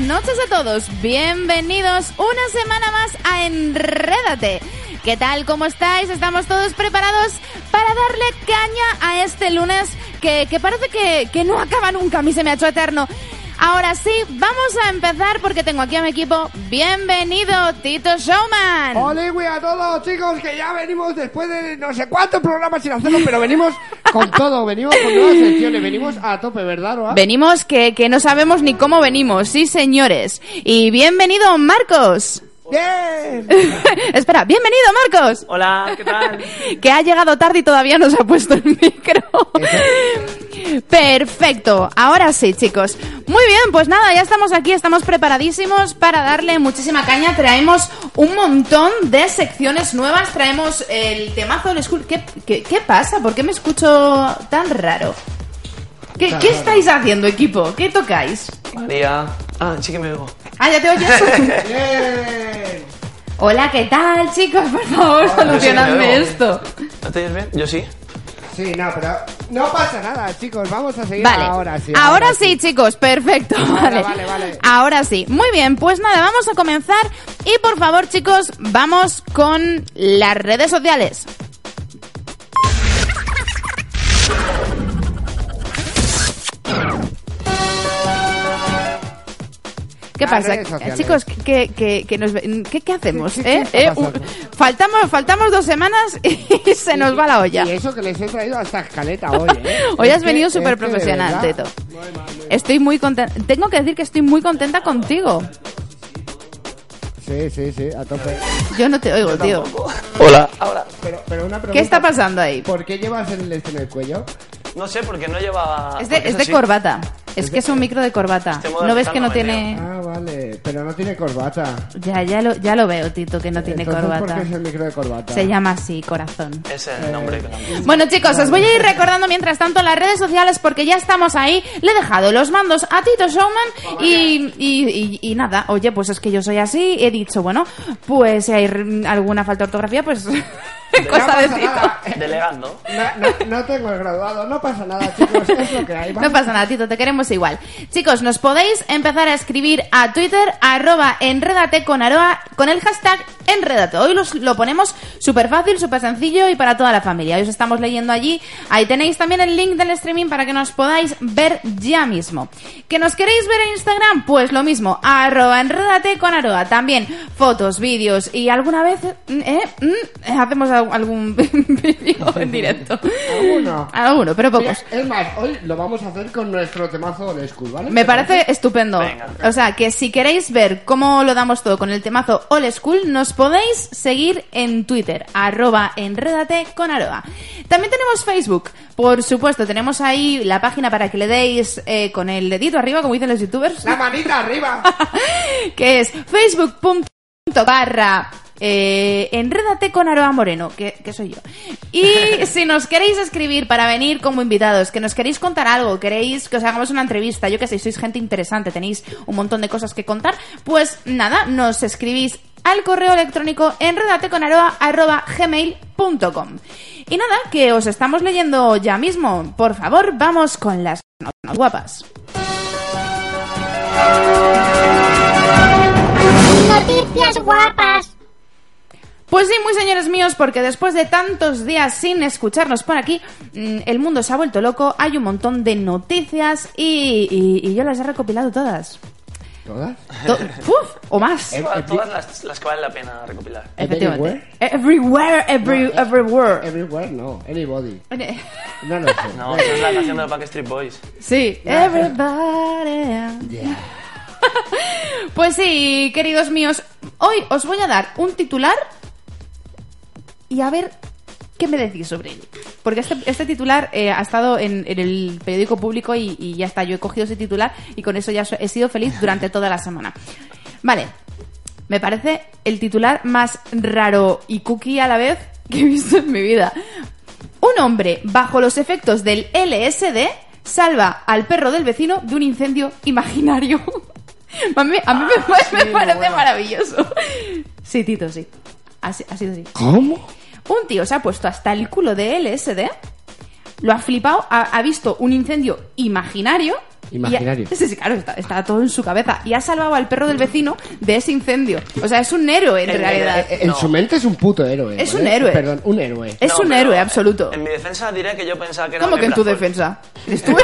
noches a todos. Bienvenidos una semana más a Enrédate. ¿Qué tal? ¿Cómo estáis? Estamos todos preparados para darle caña a este lunes que, que parece que, que no acaba nunca. A mí se me ha hecho eterno. Ahora sí, vamos a empezar porque tengo aquí a mi equipo. Bienvenido, Tito Showman. ¡Hola, güey, a todos, chicos! Que ya venimos después de no sé cuántos programas sin hacerlo, pero venimos con todo, venimos con nuevas secciones, venimos a tope, ¿verdad, Roa? Venimos que, que no sabemos ni cómo venimos, sí señores. Y bienvenido, Marcos. ¡Bien! Espera, bienvenido, Marcos. Hola, ¿qué tal? Que ha llegado tarde y todavía nos ha puesto el micro. Perfecto, ahora sí, chicos. Muy bien, pues nada, ya estamos aquí, estamos preparadísimos para darle muchísima caña. Traemos un montón de secciones nuevas, traemos el temazo del school. ¿Qué, qué, qué pasa? ¿Por qué me escucho tan raro? ¿Qué, Tan qué raro. estáis haciendo, equipo? ¿Qué tocáis? María. Ah, sí que me oigo. Ah, ya te oyes. ¡Bien! Hola, ¿qué tal, chicos? Por favor, sí, solucionadme me veo. esto. ¿No te oyes bien? Yo sí. Sí, no, pero no pasa nada, chicos, vamos a seguir Vale. ahora sí. Ahora sí, chicos, perfecto. Ahora, Vale. vale, vale. Ahora sí. Muy bien, pues nada, vamos a comenzar. Y por favor, chicos, vamos con las redes sociales. ¿Qué Las pasa? redes sociales. Chicos, que, que, que nos, ve- ¿qué, qué hacemos? ¿Qué- qué eh? está Eh, pasando? un- faltamos, faltamos dos semanas y se nos va la olla. Y eso que les he traído hasta escaleta hoy, ¿eh? Hoy Es has que- venido es que de súper profesional, verdad. Teto. Estoy muy contenta. Tengo que decir que estoy muy contenta contigo. Sí, sí, sí, a tope. Yo no te oigo, tío. Hola. Ah, Ahora. Pero, pero una pregunta. ¿Qué está pasando ahí? ¿Por qué llevas el este en el cuello? No sé por qué no lleva. Es de, porque es de así. corbata. Es que es un micro de corbata. Este modelo ¿No ves está que no no vendido. tiene...? Ah, vale, pero no tiene corbata. Ya, ya lo, ya lo veo, Tito, que no tiene Entonces, ¿Por corbata. qué es el micro de corbata? Se llama así, corazón. Es el nombre que no. Bueno chicos, os voy a ir recordando mientras tanto las redes sociales porque ya estamos ahí. Le he dejado los mandos a Tito Showman y, y- y- y nada, oye, pues es que yo soy así. He dicho, bueno, pues si hay mm, alguna falta de ortografía, pues cosa de pasa Tito. nada. Delegando. No, no, no tengo el graduado, no pasa nada, chicos, es lo que hay. No pasa nada, Tito, te queremos igual. Chicos, nos podéis empezar a escribir a Twitter, arroba enredate con aroa, con el hashtag enredate. Hoy los, lo ponemos súper fácil, súper sencillo y para toda la familia. Hoy os estamos leyendo allí. Ahí tenéis también el link del streaming para que nos podáis ver ya mismo. ¿Que nos queréis ver en Instagram? Pues lo mismo, arroba enredate con aroa. También fotos, vídeos y alguna vez ¿eh? ¿Mm? hacemos al- algún vídeo en directo. Alguno. Alguno, pero pocos. Mira, es más, hoy lo vamos a hacer con nuestro temazo de school, ¿vale? Me ¿Te parece estupendo. Venga. O sea, que si queréis ver cómo lo damos todo con el temazo All School, nos podéis seguir en Twitter, arroba enrédate con arroba. También tenemos Facebook, por supuesto, tenemos ahí la página para que le deis eh, con el dedito arriba, como dicen los youtubers, La manita arriba. que es facebook.com barra eh, enrédate con Aroa Moreno, que, que soy yo. Y si nos queréis escribir para venir como invitados, que nos queréis contar algo, queréis que os hagamos una entrevista, yo que sé, sois gente interesante, tenéis un montón de cosas que contar, pues nada, nos escribís al correo electrónico enredateconaroa.gmail.com Y nada, que os estamos leyendo ya mismo. Por favor, vamos con las notas guapas. Noticias guapas. Pues sí, muy señores míos, porque después de tantos días sin escucharnos por aquí, mm, el mundo se ha vuelto loco, hay un montón de noticias y, y- y yo las he recopilado todas. ¿Todas? To- uf, o más. Eh, Todas- Todas las, las que vale la pena recopilar. Efectivamente. Everywhere, every, everywhere. Everywhere, no. Anybody. No lo sé. No, esa es la canción de los Backstreet Boys. Sí, everybody. Yeah. Pues sí, queridos míos, hoy os voy a dar un titular y a ver qué me decís sobre él. Porque este, este titular eh, ha estado en, en el periódico público y, y ya está, yo he cogido ese titular y con eso ya so- he sido feliz durante toda la semana. Vale, me parece el titular más raro y cookie a la vez que he visto en mi vida. Un hombre bajo los efectos del LSD salva al perro del vecino de un incendio imaginario. A mí, a mí me, me parece maravilloso. Sí, Tito, sí. Ha, si- ha sido así. ¿Cómo? Un tío se ha puesto hasta el culo de LSD lo ha flipado, ha, ha visto un incendio imaginario. y ha- Imaginario. sí, sí, claro, está, está todo en su cabeza. Y ha salvado al perro del vecino de ese incendio. O sea, es un héroe en En realidad. realidad, Eh, En No. su mente es un puto héroe. Eh, Es un héroe. Perdón, un héroe. Es No, un pero héroe absoluto. En mi defensa diré que yo pensaba que era ¿Cómo un que en tu Efraín. defensa? ¿Eres tú?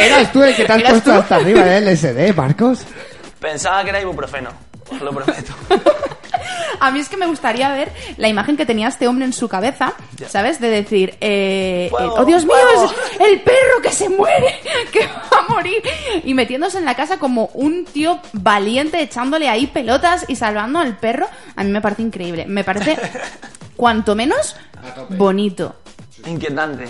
Eras tú el que te has ¿Eras puesto tú? hasta arriba de LSD, Marcos. Pensaba que era ibuprofeno. Os lo prometo. A mí es que me gustaría ver la imagen que tenía este hombre en su cabeza, Ya. ¿sabes? De decir, eh, eh, Fuego, oh Dios mío, fuego. es el perro que se muere, que va a morir. Y metiéndose en la casa como un tío valiente, echándole ahí pelotas y salvando al perro. A mí me parece increíble. Me parece, cuanto menos, bonito. Inquietante.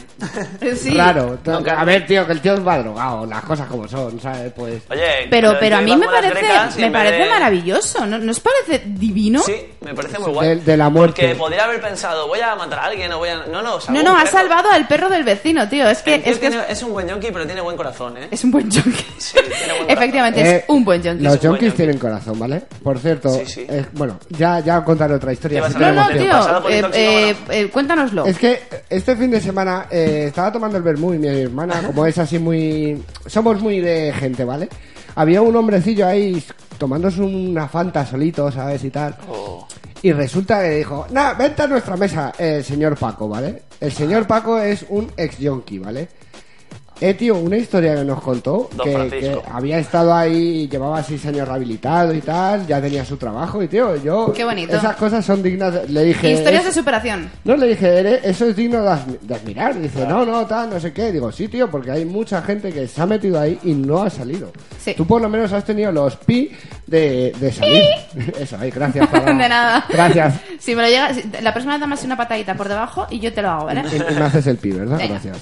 Sí. Raro. No, claro. A ver, tío, que el tío va drogado, las cosas como son, ¿sabes? Pues. Oye, Pero, yo- pero a yo iba mí me con las grecas parece, y me en vez parece de- maravilloso. ¿No, ¿No os parece divino? Sí, me parece muy guay. De- de la muerte. Porque podría haber pensado, voy a matar a alguien o voy a. No, no, No, no, ha salvado al perro del vecino, tío. Es que, es, Es, que es, es un buen yonki, pero tiene buen corazón, ¿eh? es un buen junkie. Sí, tiene buen corazón. Efectivamente, eh, es un buen junkie. Los Es un buen junkies yonki. tienen corazón, ¿vale? Por cierto, Sí, sí. eh, bueno, ya, ya contaré otra historia. Te si vas a No, hablar no, tenemos tiempo. del tío, pasado por eh, el tóxico, eh, eh, cuéntanoslo. Es que este fin de semana eh, estaba tomando el vermú y mi hermana, como es así muy... Somos muy de gente, ¿vale? Había un hombrecillo ahí tomándose una fanta solito, ¿sabes? Y tal. Oh. Y resulta que dijo, nah, vente a nuestra mesa, el señor Paco, ¿vale? El señor Paco es un ex yonki, ¿vale? Eh, tío, una historia que nos contó Don que, que Francisco. había estado ahí, llevaba seis años rehabilitado y tal, ya tenía su trabajo y tío, yo... Qué bonito. Esas cosas son dignas, de- le dije... Historias "Es- de superación. no, le dije, "Ere, eso es digno de, admi- de admirar. Dice, no, no, tal, no sé qué. Digo, sí, tío, porque hay mucha gente que se ha metido ahí y no ha salido. Sí. Tú por lo menos has tenido los pi de, de salir. eso, ahí, gracias. para- De nada. Gracias. Si me lo llega, si- la persona da más una patadita por debajo y yo te lo hago, ¿vale? Y, y me haces el pi, ¿verdad? Venga. Gracias.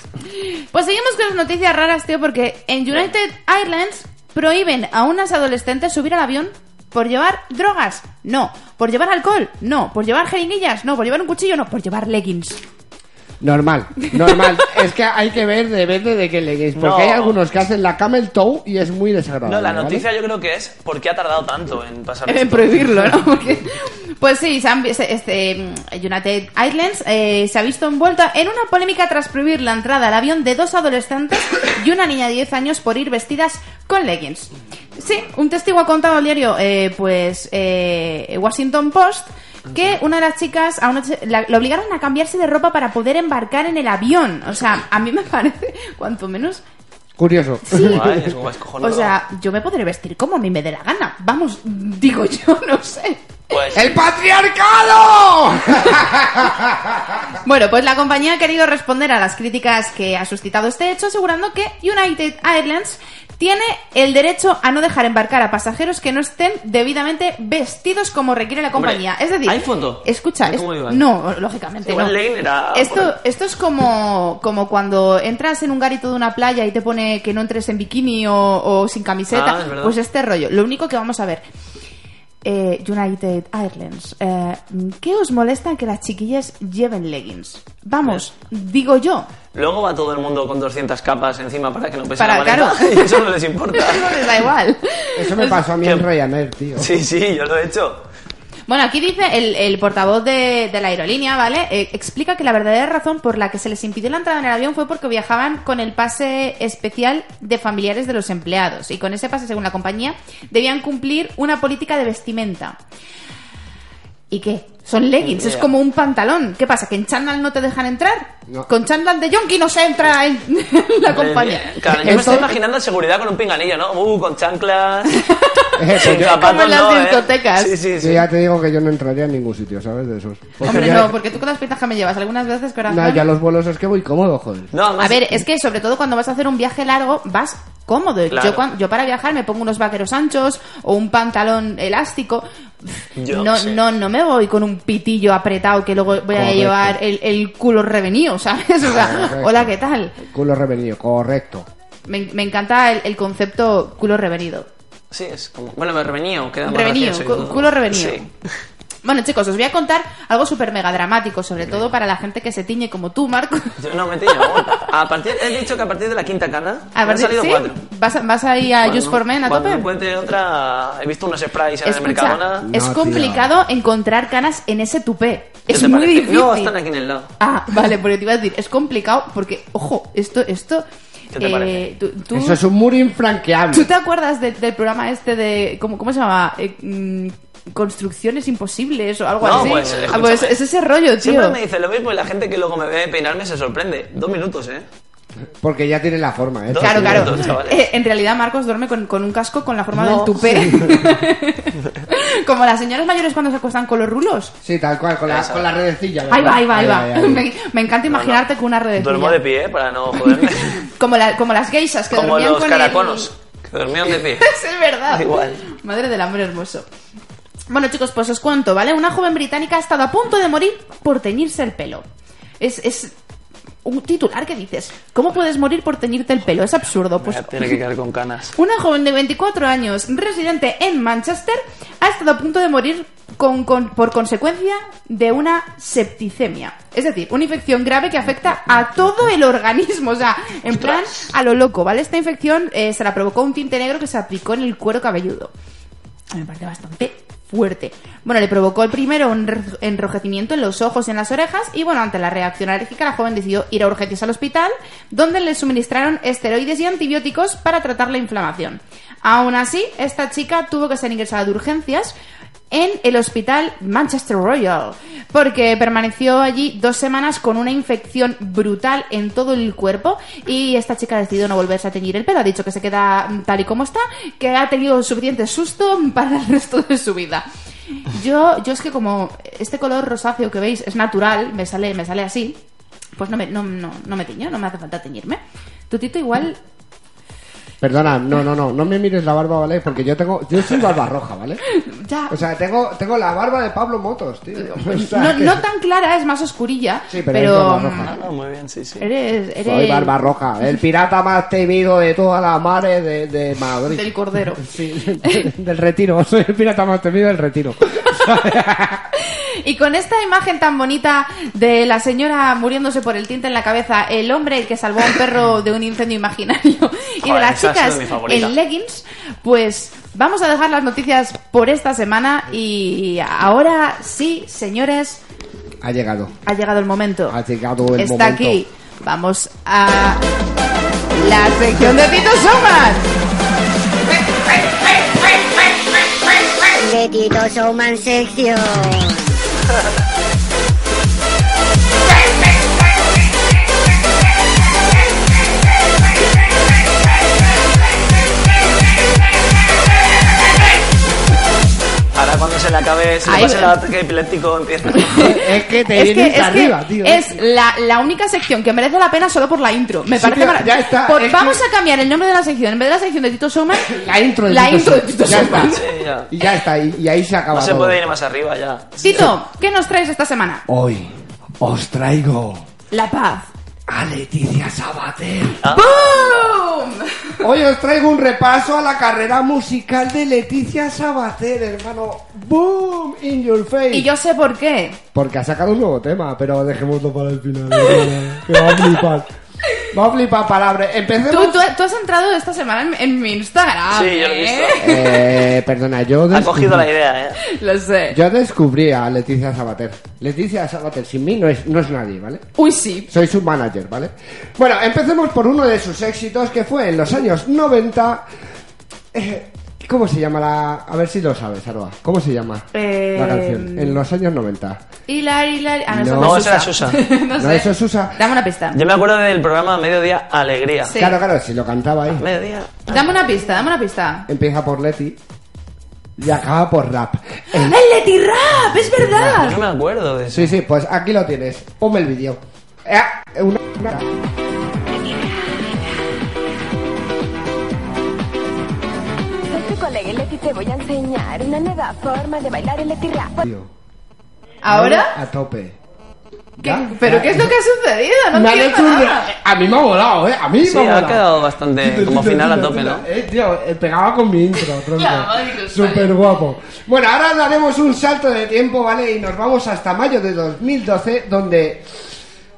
Pues seguimos con las noticias raras, tío, porque en United Airlines prohíben a unas adolescentes subir al avión por llevar drogas. No. Por llevar alcohol. No. Por llevar jeringuillas. No. Por llevar un cuchillo. No. Por llevar leggings. Normal, normal. es que hay que ver, depende de qué le des, Porque No. hay algunos que hacen la camel toe y es muy desagradable. No, la ¿vale? noticia yo creo que es por qué ha tardado tanto en pasar en esto. prohibirlo, ¿no? Porque- pues sí, se han vi- se- este, mm, United Airlines eh, se ha visto envuelta en una polémica tras prohibir la entrada al avión de dos adolescentes y una niña de 10 años por ir vestidas con leggings. Sí, un testigo ha contado al diario, eh, pues, eh, Washington Post, que una de las chicas a una, ch- la, la obligaron a cambiarse de ropa para poder embarcar en el avión. O sea, a mí me parece, cuanto menos, Curioso. Sí. Guay, es guay, es cojonudo. o sea, yo me podré vestir como a mí me dé la gana. Vamos, digo yo, no sé. Pues, ¡El patriarcado! Bueno, pues la compañía ha querido responder a las críticas que ha suscitado este hecho, asegurando que United Airlines tiene el derecho a no dejar embarcar a pasajeros que no estén debidamente vestidos como requiere la Hombre, compañía. es decir, ¿hay foto? Escucha, ¿De es- cómo iban? no, lógicamente Igual no. Lane era esto, por- esto es como, como cuando entras en un garito de una playa y te pone que no entres en bikini o, o sin camiseta. Ah, es verdad. pues este rollo. Lo único que vamos a ver eh, United Airlines, eh, ¿qué os molesta que las chiquillas lleven leggings? Vamos, Eh. digo yo. luego va todo el mundo con 200 capas encima para que no pese Para, la maleta. claro. Y eso no les importa. No les da igual. Eso me pasó a mí en Que- Ryanair, tío. Sí, sí, yo lo he hecho. Bueno, aquí dice el, el portavoz de, de la aerolínea, ¿vale? Eh, explica que la verdadera razón por la que se les impidió la entrada en el avión fue porque viajaban con el pase especial de familiares de los empleados. Y con ese pase, según la compañía, debían cumplir una política de vestimenta. ¿Y qué? Son leggings, es Ya. como un pantalón. ¿Qué pasa? ¿Que en chándal no te dejan entrar? No. Con chándal de yonki no se entra en la compañía. Eh, Claro, yo me Entonces- estoy imaginando seguridad con un pinganillo, ¿no? Uh, con chanclas. Eh, sin yo- zapatos, Como en las no, ¿eh? discotecas. Sí, sí, Yo sí. ya te digo que yo no entraría en ningún sitio, ¿sabes? De esos. Porque Hombre, ya- no, porque tú con las pintas que me llevas algunas veces, corazón... Nah, ya los vuelos es que voy cómodo, joder. No, además- A ver, es que sobre todo cuando vas a hacer un viaje largo, vas cómodo. Claro. Yo, cuan- yo para viajar me pongo unos vaqueros anchos o un pantalón elástico. Yo no, sé. no, no me voy con un pitillo apretado que luego voy a Correcto. Ah, llevar el, el culo revenido, ¿sabes? O sea, Correcto. hola, ¿qué tal? Culo revenido, correcto. Me, me encanta el, el concepto culo revenido. Sí, es como... Bueno, me revenío. Queda más Revenido, gracioso y cu- todo. culo revenido. Sí. Bueno, chicos, os voy a contar algo súper mega dramático, sobre todo para la gente que se tiñe como tú, Marco. Yo no me tiño. A partir, he dicho que a partir de la quinta cana A me han ver, salido ¿sí? cuatro. ¿Vas, a- vas ahí a Cuando- Just for Men a cuando tope? encuentre otra, he visto unos sprays en el Escucha, Mercadona. es No, complicado encontrar canas en ese tupé. ¿Qué Es te muy parece? difícil. No, están aquí en el lado. Ah, vale, porque te iba a decir, es complicado porque, ojo, esto, esto... eh, ¿Qué te parece? tú, tú- Eso es un muro infranqueable. ¿Tú te acuerdas de- del programa este de. ¿Cómo, cómo se llama? Eh, mm, Construcciones imposibles o algo No, así. pues, Ah, pues, escúchame. es ese rollo, Siempre tío. me dice lo mismo y la gente que luego me ve peinarme se sorprende. Dos minutos, ¿eh? Porque ya tiene la forma, ¿eh? Dos Claro, claro. minutos, chavales. Eh, en realidad, Marcos duerme con, con un casco con la forma No, del tupé. Como las señoras mayores cuando se acuestan con los rulos. Sí, tal cual, con la, Eso. con la redecilla. Ahí va, ahí va, ahí va. Ay, ay, ay. Me, me encanta imaginarte con una red Duermo de pie, ¿eh? Para no joderme. Como, la- como las geishas que Como dormían los con caraconos, que dormían de pie. el... Sí, es verdad. Igual. Madre del amor hermoso. Bueno, chicos, pues os cuento, ¿vale? Una joven británica ha estado a punto de morir por teñirse el pelo. Es, es un titular que dices, ¿cómo puedes morir por teñirte el pelo? Es absurdo. Pues Tiene que quedar con canas. una joven de 24 años, residente en Manchester, ha estado a punto de morir con- con- por consecuencia de una septicemia. Es decir, una infección grave que afecta a todo el organismo. O sea, en plan, a lo loco, ¿vale? Esta infección eh, se la provocó un tinte negro que se aplicó en el cuero cabelludo. Me parece bastante fuerte. Bueno, le provocó el primero un re- enrojecimiento en los ojos y en las orejas y bueno, ante la reacción alérgica la joven decidió ir a urgencias al hospital donde le suministraron esteroides y antibióticos para tratar la inflamación. Aún así, esta chica tuvo que ser ingresada de urgencias en el hospital Manchester Royal, porque permaneció allí dos semanas con una infección brutal en todo el cuerpo y esta chica ha decidido no volverse a teñir el pelo, ha dicho que se queda mm, tal y como está, que ha tenido suficiente susto para el resto de su vida. Yo, yo es que como este color rosáceo que veis es natural, me sale, me sale así, pues no me, no, no, no me teño, no me hace falta teñirme. Tu tito igual... Perdona, no, no, no, no me mires la barba, ¿vale? Porque yo tengo, yo soy barba roja, ¿vale? Ya, O sea, tengo, tengo la barba de Pablo Motos, tío. O sea, no, que- no tan clara, es más oscurilla, Sí, pero es pero... barba roja. mm, Ah, muy bien, sí, sí. Eres, eres... Soy barba roja, el pirata más temido de todas las mares de, de Madrid. del cordero. Sí, de- del retiro, soy el pirata más temido del retiro. Y con esta imagen tan bonita de la señora muriéndose por el tinte en la cabeza, el hombre que salvó a un perro de un incendio imaginario y de Joder, las esa ha sido chicas mi favorita. en leggings, pues vamos a dejar las noticias por esta semana y ahora sí, señores, Ha llegado, ha llegado el momento. ha llegado el Está momento. aquí. Vamos a la sección de Tito Somas. De Tito Showman Sección. Ahora cuando se le acabe, se le Ahí pase el va. ataque epiléptico, empieza. Es que te es que, viene es, que arriba, tío. ¿eh? es la, la única sección que merece la pena solo por la intro. Me Sí, parece tío, marav- ya está, Por- es que- vamos a cambiar el nombre de la sección. En vez de la sección de Tito Showman, La intro de la Tito intro de Soul. Tito Ya Showman. está. Sí, ya. Y ya está, y, y ahí se acaba No se todo. puede ir más arriba ya. Tito, ¿qué nos traes esta semana? Hoy os traigo La paz. a Leticia Sabater. ¡Boom! Hoy os traigo un repaso a la carrera musical de Leticia Sabater, hermano. ¡Boom! In your face. Y yo sé por qué. Porque ha sacado un nuevo tema, pero dejémoslo para el final. ¿verdad? que va a flipar. Va a flipar palabras. Tú, Empecemos. tú- tú has entrado esta semana en, en mi Instagram. Sí, yo lo he ¿eh? visto. Eh, perdona, yo Ha descubrí, cogido la idea, ¿eh? Lo sé. yo descubrí a Leticia Sabater. Leticia Sabater sin mí no es, no es nadie, ¿vale? Uy, sí. Soy su manager, ¿vale? Bueno, empecemos por uno de sus éxitos que fue en los años 90. Eh, ¿Cómo se llama la.? A ver si lo sabes, Aroa. ¿Cómo se llama Eh, la canción? En los años 90. Hilari, Hilari. Ah, no, eso No, esa era Susa. no sé. No, eso es Susa. Dame una pista. Yo me acuerdo del programa Mediodía Alegría. Sí. Claro, claro, si lo cantaba ahí. Mediodía. Dame una pista, dame una pista. Empieza por Leti y acaba por rap. ¡El El- Leti Rap! ¡Es verdad! No me acuerdo de eso. Sí, sí, pues aquí lo tienes. Ponme el vídeo. Eh, ah, una- una- Soy tu colega Leti, te voy a enseñar Pues, una nueva forma de bailar el Leti Rap. tío. ¿Ahora? A tope. ¿Qué- Ya, ¿Pero ya. qué es lo que ha sucedido? No me han entiendo hecho un... nada. A mí me ha volado, ¿eh? A mí Sí, me ha ha volado. quedado bastante como final a tope, ¿no? Eh, tío, eh, pegaba con mi intro, tronco. Claro, digo, Súper guapo. Bueno, ahora daremos un salto de tiempo, ¿vale? Y nos vamos hasta mayo de 2012, donde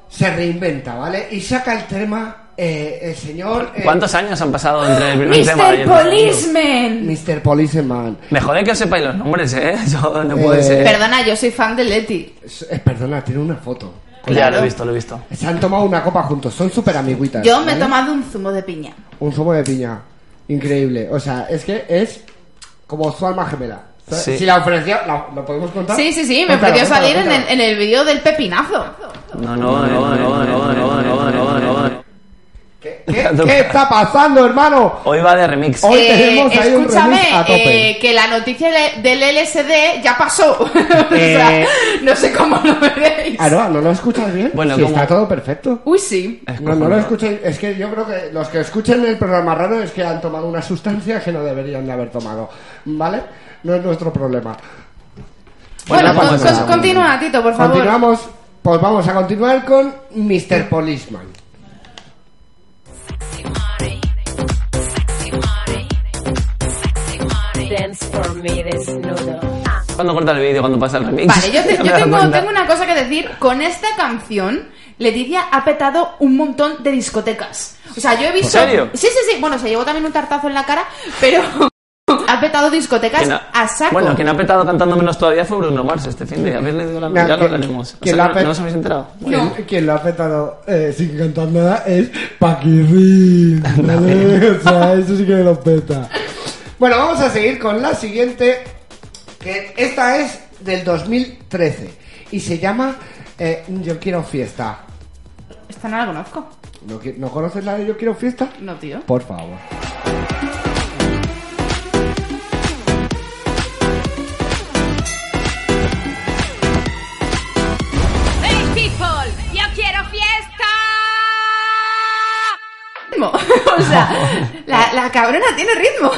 se reinventa, ¿vale? Y saca el tema eh, el señor... eh, ¿Cuántos años han pasado entre el primer tema y Mr. el segundo? Policeman. Mr. Policeman. Me jode que os sepáis los nombres, ¿eh? Yo no puede Eh, ser. Perdona, yo soy fan de Leti. S- eh, perdona, tiene una foto. Ya, claro. lo he visto, lo he visto. Se han tomado una copa juntos, son súper amiguitas. Yo me he ¿vale? tomado un zumo de piña. Un zumo de piña. Increíble. O sea, es que es como su alma gemela. Sí. Si la ofreció, la- ¿lo podemos contar? Sí, sí, sí, me ¿Ah? Cuéntalo, ofreció cuéntalo, salir en cuéntalo. el, en el vídeo del pepinazo. No, no, no, no, no, no, no, no, no, no. ¿Qué, qué- qué está pasando, hermano? Hoy va de remix. Hoy tenemos ahí Eh, un escúchame, remix a tope. eh, que la noticia de- del LSD ya pasó. o sea, Eh. no sé cómo lo veréis. Ah, no, Eh, ¿no lo escuchas bien? Bueno, Sí, ¿cómo? está todo perfecto. Uy, sí. No, no lo escucháis. Es que yo creo que los que escuchen el programa raro es que han tomado una sustancia que no deberían de haber tomado. ¿Vale? No es nuestro problema. Bueno, no pasa con- nada. con- continúa, Tito, por favor. Continuamos. Pues vamos a continuar con Mr. Policeman. Dance for me desnudo. ¿Cuándo corta el vídeo? ¿Cuándo pasa el remix? Vale, yo, te- yo Ya me he dado tengo, cuenta. tengo una cosa que decir. Con esta canción, Leticia ha petado un montón de discotecas. O sea, yo he visto. serio? Sí, sí, sí. Bueno, se llevó también un tartazo en la cara, pero ha petado discotecas Quien ha- a saco. Bueno, quien ha petado cantando menos todavía fue Bruno Mars este fin de haberle dado la Mira, ya lo que- hablaremos. O que sea, la ¿no- pe- ¿No os habéis enterado? No. Quien- Quien lo ha petado eh, sin cantar nada es Paquirrín. ¿vale? o sea, eso sí que lo peta. Bueno, vamos a seguir con la siguiente. Que esta es del 2013 y se llama eh, Yo quiero fiesta. Esta no la conozco. ¿No, qui- ¿No conoces la de Yo quiero fiesta? No, tío. Por favor. Hey people, yo quiero fiesta. Ritmo. O sea, la, la cabrona tiene ritmo.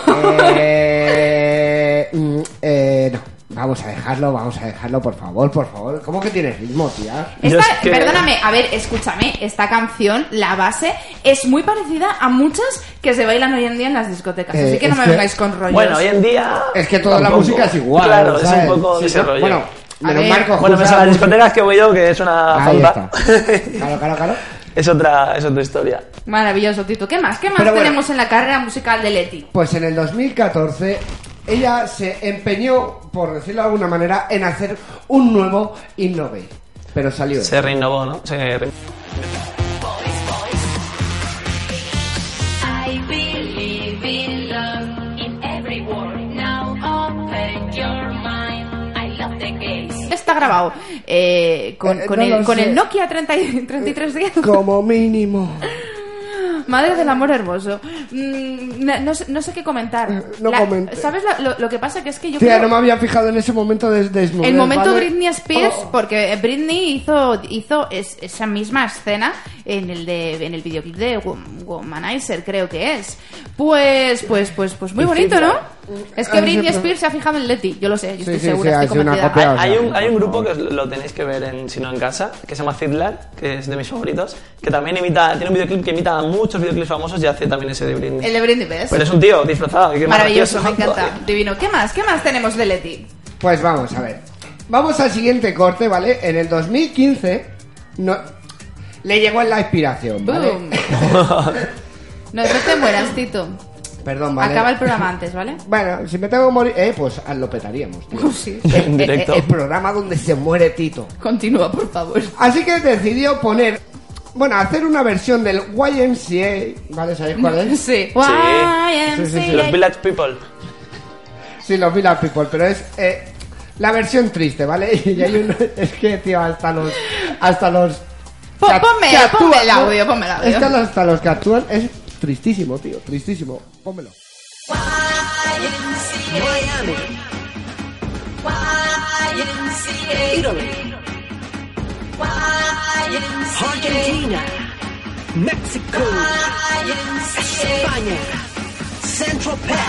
Eh, mm, eh, no, vamos a dejarlo, vamos a dejarlo, por favor, por favor. ¿Cómo que tienes ritmo, tía? Yo Esta- es que- Perdóname, a ver, escúchame, esta canción, la base, es muy parecida a muchas que se bailan hoy en día en las discotecas. Eh, así que no es me que- vengáis con rollos. Bueno, hoy en día... Es que toda la tampoco. música es igual. Claro, ¿sabes? es un poco Sí, de ese ¿no? rollo. Bueno, A menos ver. mal que os Bueno, pues gusta a la las música. discotecas que voy yo, que es una Ahí falta. está. Claro, claro, claro. es, otra, es otra historia. Maravilloso, Tito. ¿Qué más? ¿Qué más Pero bueno. tenemos en la carrera musical de Leti? Pues en el 2014 ella se empeñó, por decirlo de alguna manera, en hacer un nuevo Innovate. Pero salió. Se renovó, ¿no? Se re- I believe in love in every word. Now open your mind. I love the gays. Está grabado eh, con, Eh, con no el, lo con sé. Eh, el Nokia 30 y- 3310. Como mínimo. Madre del amor hermoso. Mm, na- no, sé- no sé qué comentar. Eh, No La- comente. ¿Sabes la- lo, lo que pasa? Que es que yo Tía, creo- no me había fijado en ese momento de desnudez, El momento ¿vale? Britney Spears, Oh. porque Britney hizo, hizo es- esa misma escena en el de en el videoclip de Wom- Womanizer, creo que es. Pues, pues, pues, pues muy bonito, ¿no? Es que Ah, sí, Britney pero- Spears se ha fijado en Letty, yo lo sé, yo estoy sí, segura, sí, ha estoy sido una convencida. copia. Hay, hay o sea, un, hay un por grupo favor. que os lo tenéis que ver en Si no en casa, que se llama Zidlar, que es de mis favoritos, que también imita, tiene un videoclip que imita a muchos videoclips famosos y hace también ese de Britney. El de Britney Spears. Pero es un tío disfrazado. y que Maravilloso, me gracioso. encanta. Divino. ¿Qué más? ¿Qué más tenemos de Letty? Pues vamos a ver. Vamos al siguiente corte, ¿vale? En el 2015 no, le llegó la inspiración, ¿vale? Boom. No, no te mueras, Tito. Perdón, ¿vale? Acaba el programa antes, ¿vale? Bueno, si me tengo que morir, eh, pues ah, lo petaríamos. tío. Sí. Eh, eh, En directo. eh, el programa donde se muere Tito. Continúa, por favor. Así que decidió poner, bueno, hacer una versión del YMCA, ¿vale? ¿Sabéis cuál es? Sí. Sí, sí, sí, Los Village People. Sí, los Village People, pero es eh, la versión triste, ¿vale? Y hay un- es que, tío, hasta los... Hasta los Pon- que act- ponme- que actúan, ponme el ¿no? audio, ponme el audio. Es que hasta los que actúan es tristísimo, tío, tristísimo. Pónmelo. Miami. Italy. Argentina. Mexico. España. Central Park.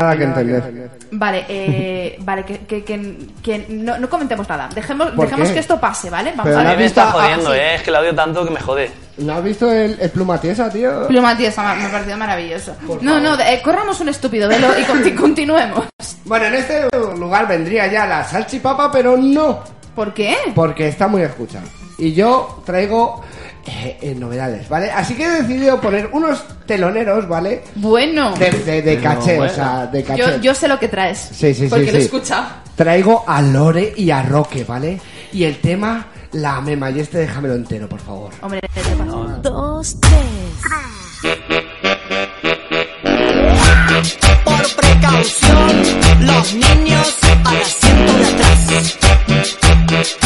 Nada que entender. Vale, eh, vale, que, que, que- que no, no comentemos nada. Dejemos, ¿Por dejemos qué? que esto pase, ¿vale? Vamos Pero a la A ver. mí me está visto- ah, jodiendo, sí. eh. Es que la odio tanto que me jode. ¿No has visto el, el pluma tiesa, tío? Pluma, tío, esa me ha parecido maravilloso. No, no, eh, corramos un estúpido velo y con- continuemos. Bueno, en este lugar vendría ya la salchipapa, pero no, ¿Por qué? porque está muy escucha. Y yo traigo eh, eh, novedades, ¿vale? Así que he decidido poner unos teloneros, ¿vale? Bueno, De, de, de caché, o sea, de caché. yo, yo sé lo que traes. Sí, sí, sí, Porque lo he sí. escuchado. Traigo a Lore y a Roque, ¿vale? Y el tema, la mema, y este déjamelo entero, por favor. Hombre, ¿qué te pasa? Dos, tres. Por precaución, los niños al asiento de atrás.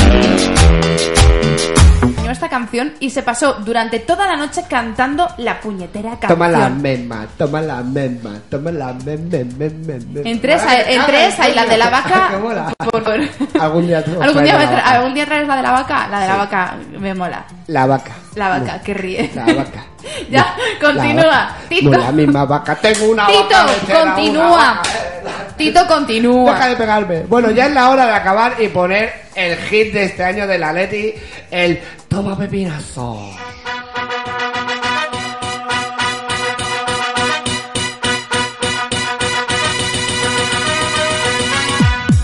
Terminó esta canción y se pasó durante toda la noche cantando la puñetera canción. Toma la mema, toma la mema, toma la mem, mem, mem, mem, mem. Entre esa, Ah, que entre cagas, esa y la coño. de la Ah, que mola. vaca. por favor. Algún día traigo algún, día la me tra- vaca. algún día traes la de la vaca. La de la vaca me mola. La vaca. La vaca, que ríe. La vaca. Ya, La continúa. vaca. Tito. No, la misma vaca. Tengo una Tito, vaca lechera, una continúa. vaca. Tito, continúa. Deja de pegarme. Bueno, ya es la hora de acabar y poner el hit de este año de la Leti, el Toma Pepinazo.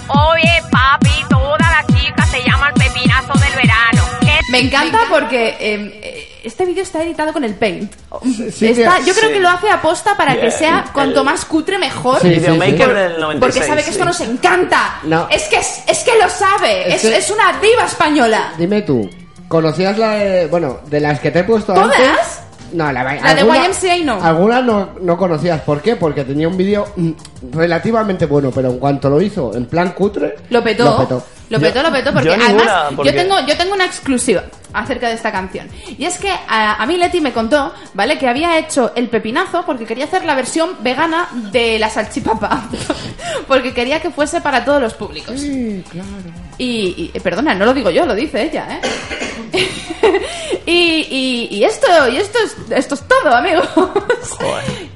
Oye, papi, todas las chicas se llaman pepinazo del verano. ¿Qué Me encanta porque eh, eh, este vídeo está editado con el Paint. sí, Está- sí. yo creo que lo hace aposta para que Bien, sea cuanto el- más cutre mejor. Sí, sí, Videomaker sí. del 96. Porque sabe que esto sí. nos encanta. No. Es, que es, es que lo sabe. Es, Es que- es una diva española. Dime tú, ¿conocías la de, bueno, de las que te he puesto ¿Todas? antes? No, la, La de YMCA no. Algunas no, no conocías. ¿Por qué? Porque tenía un vídeo mm, relativamente bueno, pero en cuanto lo hizo, en plan cutre, Lo petó. Lo petó. Lo petó, lo petó, porque yo además ninguna, porque- yo tengo yo tengo una exclusiva acerca de esta canción. Y es que a, a mí Leti me contó, ¿vale? Que había hecho el pepinazo porque quería hacer la versión vegana de la salchipapa. porque quería que fuese para todos los públicos. Sí, claro. Y, y- perdona, no lo digo yo, lo dice ella, ¿eh? y, y- y esto, y esto es, esto es todo, amigos.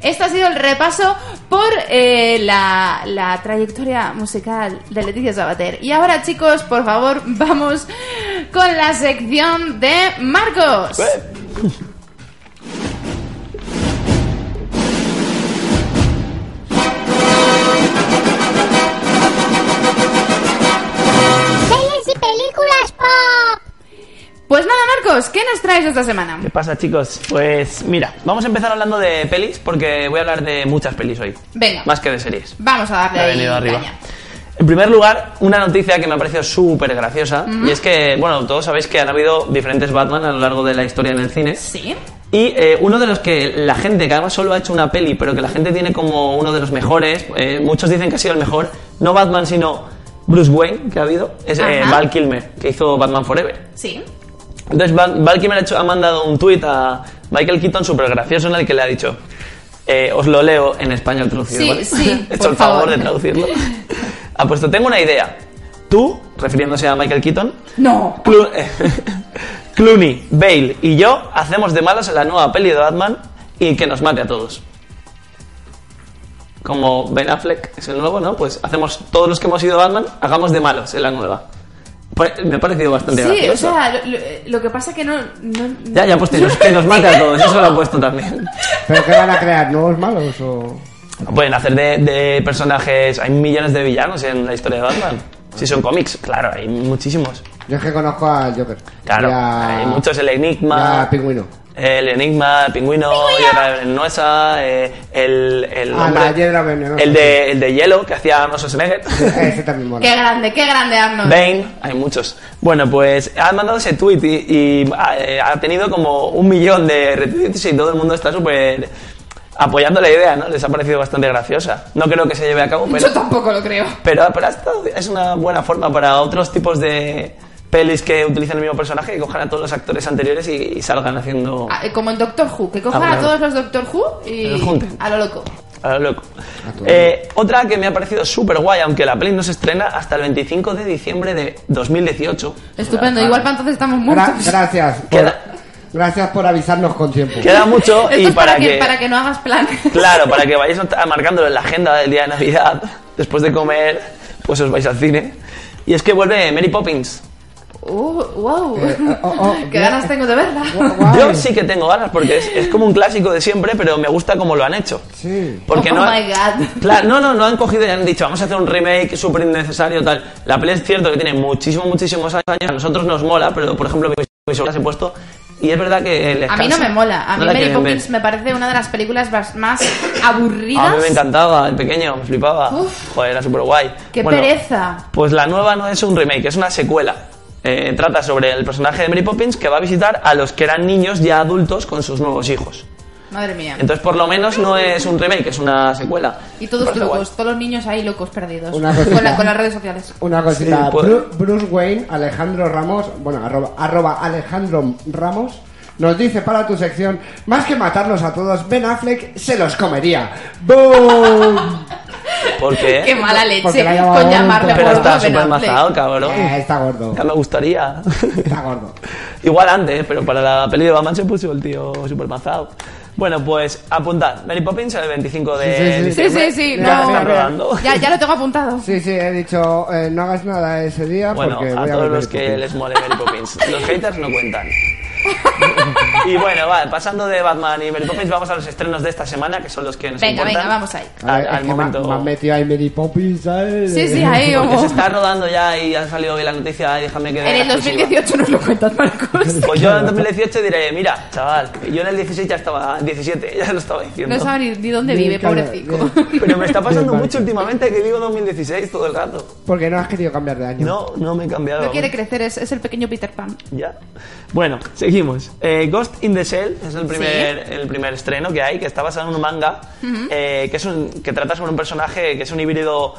Este ha sido el repaso por eh, la, la trayectoria musical de Leticia Sabater. Y ahora, chicos, por favor, vamos con la sección de Marcos. Eh, Series y películas pop. Pues nada, Marcos, ¿qué nos traes esta semana? ¿Qué pasa, chicos? Pues mira, vamos a empezar hablando de pelis porque voy a hablar de muchas pelis hoy. Venga. Más que de series. Vamos a darle Me ha ahí venido arriba. caña. En primer lugar, una noticia que me ha parecido súper graciosa. Y es que, bueno, todos sabéis que han habido diferentes Batman a lo largo de la historia en el cine. Sí. Y eh, uno de los que la gente, que además solo ha hecho una peli, pero que la gente tiene como uno de los mejores, eh, muchos dicen que ha sido el mejor, no Batman, sino Bruce Wayne, que ha habido, es eh, Ajá. Val Kilmer, que hizo Batman Forever. Sí. Entonces Val, Val Kilmer ha, hecho- ha mandado un tuit a Michael Keaton súper gracioso en el que le ha dicho, eh, os lo leo en español traducido. Sí, ¿vale? sí, He hecho por el favor, favor. de traducirlo. Ha puesto, tengo una idea. Tú, refiriéndose a Michael Keaton, No. Clu- Clooney, Bale y yo hacemos de malos en la nueva peli de Batman y que nos mate a todos. Como Ben Affleck es el nuevo, ¿no? Pues hacemos todos los que hemos sido Batman, hagamos de malos en la nueva. Pa- Me ha parecido bastante Sí, o gracioso. sea, lo, lo- lo que pasa que no... no- Ya, ya pues ha puesto eso, que nos mate a todos, eso lo ha puesto también. ¿Pero qué van a crear? ¿Nuevos malos o...? Pueden hacer de, de personajes, hay millones de villanos en la historia de Batman. Si son cómics, claro, hay muchísimos. Yo es que conozco al Joker. Claro, Y a- hay muchos, el y Enigma. a Pingüino. El enigma, el pingüino, y ahora el nuesa, eh, el, el, Ah, la hiedra venenosa. el de, el de hielo que hacía Arnold Schwarzenegger, Ese también mola. Qué grande, qué grande Arnold. Bane, hay muchos. Bueno, pues han mandado ese tweet y, y ha, eh, ha tenido como un millón de retweets y todo el mundo está súper apoyando la idea, ¿no? Les ha parecido bastante graciosa. No creo que se lleve a cabo, pero... Yo tampoco lo creo. Pero, pero hasta es una buena forma para otros tipos de pelis que utilizan el mismo personaje que cojan a todos los actores anteriores y, y salgan haciendo Ah, eh, Como en Doctor Who, que cojan Ah, bueno. a todos los Doctor Who y Los junten. a lo loco. a lo loco. Ah, tu Eh, otra que me ha parecido súper guay, aunque la peli no se estrena hasta el 25 de diciembre de 2018. Estupendo, igual para entonces estamos muertos. Gra- gracias. Por, Queda- gracias por avisarnos con tiempo. Queda mucho Esto y es para, para que, para que no hagas plan. Claro, para que vayáis marcándolo en la agenda del día de Navidad. después de comer, pues os vais al cine. Y es que vuelve Mary Poppins. Uh, wow. Eh, oh, oh, Qué ganas tengo de verla. Guay. Yo sí que tengo ganas porque es, es como un clásico de siempre, pero me gusta como lo han hecho. Sí. Porque Oh no, my God. Claro, no, no, no han cogido y han dicho, vamos a hacer un remake súper innecesario, tal. La peli es cierto que tiene muchísimos, muchísimos años. A nosotros nos mola, pero por ejemplo, mi, mi sobrina se ha puesto. Y es verdad que les A mí no cansa. me mola. A No mí la Mary quieren ver. Poppins me parece una de las películas más- más A mí me aburridas. encantaba, el pequeño, me flipaba. Uf. Joder, era súper guay. Qué Bueno, pereza. Pues la nueva no es un remake, es una secuela. Eh, trata sobre el personaje de Mary Poppins que va a visitar a los que eran niños ya adultos con sus nuevos hijos. Madre mía. Entonces, por lo menos no es un remake, es una secuela. Y Me todos parece guay. locos, todos los niños ahí locos perdidos. Una Con, la- cosita. con las redes sociales. Una cosita, Sí, pues- Bru- Bruce Wayne, Alejandro Ramos, bueno, arroba, arroba Alejandro Ramos, nos dice para tu sección, más que matarlos a todos, Ben Affleck se los comería. ¡Boom! Porque Qué mala Porque leche la llamaba con llamarle tonta. ¿Eh? Pero por está otro súper nombre. mazado, cabrón. Eh, está gordo, Ya me gustaría. está gordo. Igual antes, pero para la peli de Batman se puso el tío súper mazado. Bueno, pues apuntad. Mary Poppins el 25 de Sí, sí, sí. Sí, sí, diciembre. sí. Ya, no. está rodando. Ya, ya lo tengo apuntado. Sí, sí, he dicho, eh, no hagas nada ese día Bueno, porque a voy a ver todos Mary los que Poppins. les mole Mary Poppins. Los haters no cuentan. y bueno, va, pasando de Batman y Mary Poppins, vamos a los estrenos de esta semana, que son los que nos Venga, importan. venga, vamos ahí. A ver, Al, es al que me ha- momento. Me han metido ahí Mary Poppins, ¿sabes? Sí, sí, ahí Porque se como... está rodando ya y ha salido hoy la noticia y déjame que... dé En el la exclusiva. 2018 nos lo cuentas, Marcos. Pues yo en 2018 diré, mira, chaval, yo en el 16 ya estaba, 17, ya lo estaba diciendo. No sabe ni, ni dónde Ni vive, cara, pobrecito. Pero me está pasando Vale. mucho últimamente que digo 2016 todo el rato. Porque no has querido cambiar de año. No, no me he cambiado. No quiere crecer, es, es el pequeño Peter Pan. Ya. Bueno, seguimos. Eh, Ghost in the Shell es el primer, el primer estreno que hay, que está basado en un manga, eh, que, es un, que trata sobre un personaje que es un híbrido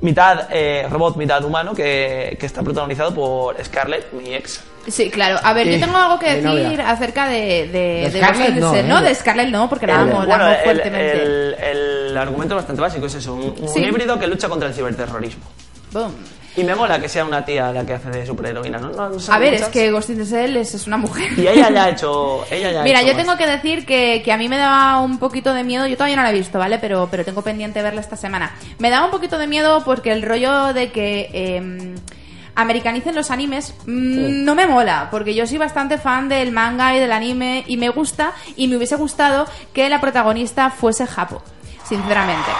mitad eh, robot, mitad humano, que, que está protagonizado por Scarlett, mi ex. Sí, claro. A ver, Sí, yo tengo algo que mi decir novia. acerca de... De De, de Scarlett Ghost in the no, Shell. ¿eh? no, de Scarlett no, porque la El- amo, la bueno, amo el- fuertemente. el- el argumento es bastante básico es eso, un, un Sí. híbrido que lucha contra el ciberterrorismo. Boom. Y me mola que sea una tía la que hace de superheroína, ¿no? No- no son A ver, es muchas. que Ghost in the Shell es, es una mujer. Y ella ya ha hecho... Ella ya ha Mira, hecho yo más. tengo que decir que, que a mí me daba un poquito de miedo. Yo todavía no la he visto, ¿vale? Pero, pero tengo pendiente verla esta semana. Me daba un poquito de miedo porque el rollo de que eh, americanicen los animes mm, no me mola. Porque yo soy bastante fan del manga y del anime y me gusta. Y me hubiese gustado que la protagonista fuese Japo, sinceramente.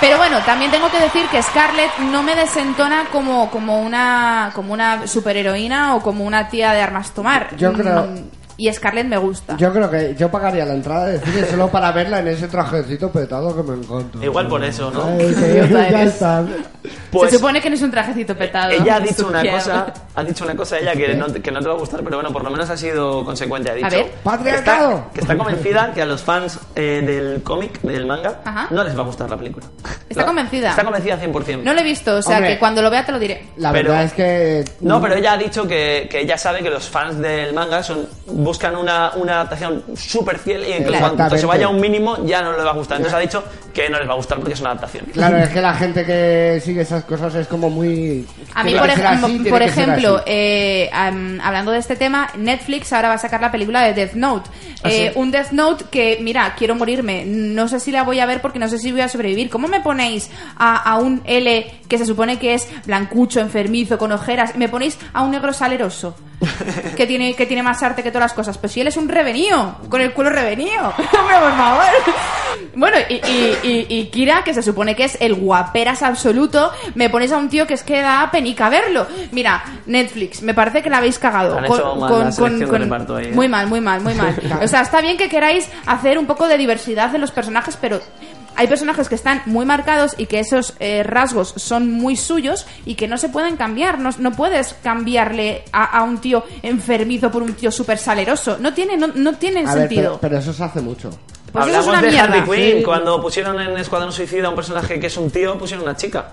Pero bueno, también tengo que decir que Scarlett no me desentona como, como una como una superheroína o como una tía de armas tomar. Yo creo- Mm, y Scarlett me gusta. Yo creo que yo pagaría la entrada de cine solo para verla en ese trajecito petado que me encuentro. Igual por eso, ¿no? Ay, que Idiota ya eres. está. Pues Se supone que no es un trajecito petado. ella ha dicho una Suciado. cosa, ha dicho una cosa ella que no, te- que no te va a gustar, pero bueno, por lo menos ha sido consecuente. Ha dicho A ver. que está, ¡Patriarcado! que está convencida que a los fans eh, del cómic, del manga, Ajá. no les va a gustar la película. Está No, convencida. Está convencida 100%. No lo he visto, o sea Hombre. que cuando lo vea te lo diré. La Pero- verdad es que. mm, No, pero ella ha dicho que, que ella sabe que los fans del manga son, buscan una, una adaptación súper fiel y en Claro. cuanto se Exactamente. vaya a un mínimo ya no les va a gustar. Entonces ha dicho que no les va a gustar porque es una adaptación. Pues Claro, es que la gente que sigue esas cosas es como muy. A mí, tiene por, que ser ejem- así, tiene por que ser ejemplo, así. eh, am- hablando de este tema, Netflix ahora va a sacar la película de Death Note. ¿Ah, Eh, Un Death Note que, mira, quiero morirme. No sé si la voy a ver porque no sé si voy a sobrevivir. ¿Cómo me ponéis a, a un L que se supone que es blancucho, enfermizo, con ojeras? ¿Me ponéis a un negro saleroso? que tiene, que tiene más arte que todas las cosas. Pues si él es un revenido, con el culo revenido. Hombre, por favor. Bueno, y, y- y- y Kira, que se supone que es el guaperas absoluto, me pones a un tío que es que da penica verlo. Mira, Netflix, me parece que la habéis cagado. Han hecho mal la selección de reparto ahí, ¿eh? Muy mal, muy mal, muy mal. O sea, está bien que queráis hacer un poco de diversidad en los personajes, pero... Hay personajes que están muy marcados y que esos eh, rasgos son muy suyos y que no se pueden cambiar. No, no puedes cambiarle a, a un tío enfermizo por un tío súper saleroso. No tiene, no, no tiene A ver, sentido. pero, pero eso se hace mucho. pues eso es Hablamos una de mierda. Harley Quinn, Sí. cuando pusieron en Escuadrón Suicida a un personaje que es un tío, pusieron una chica.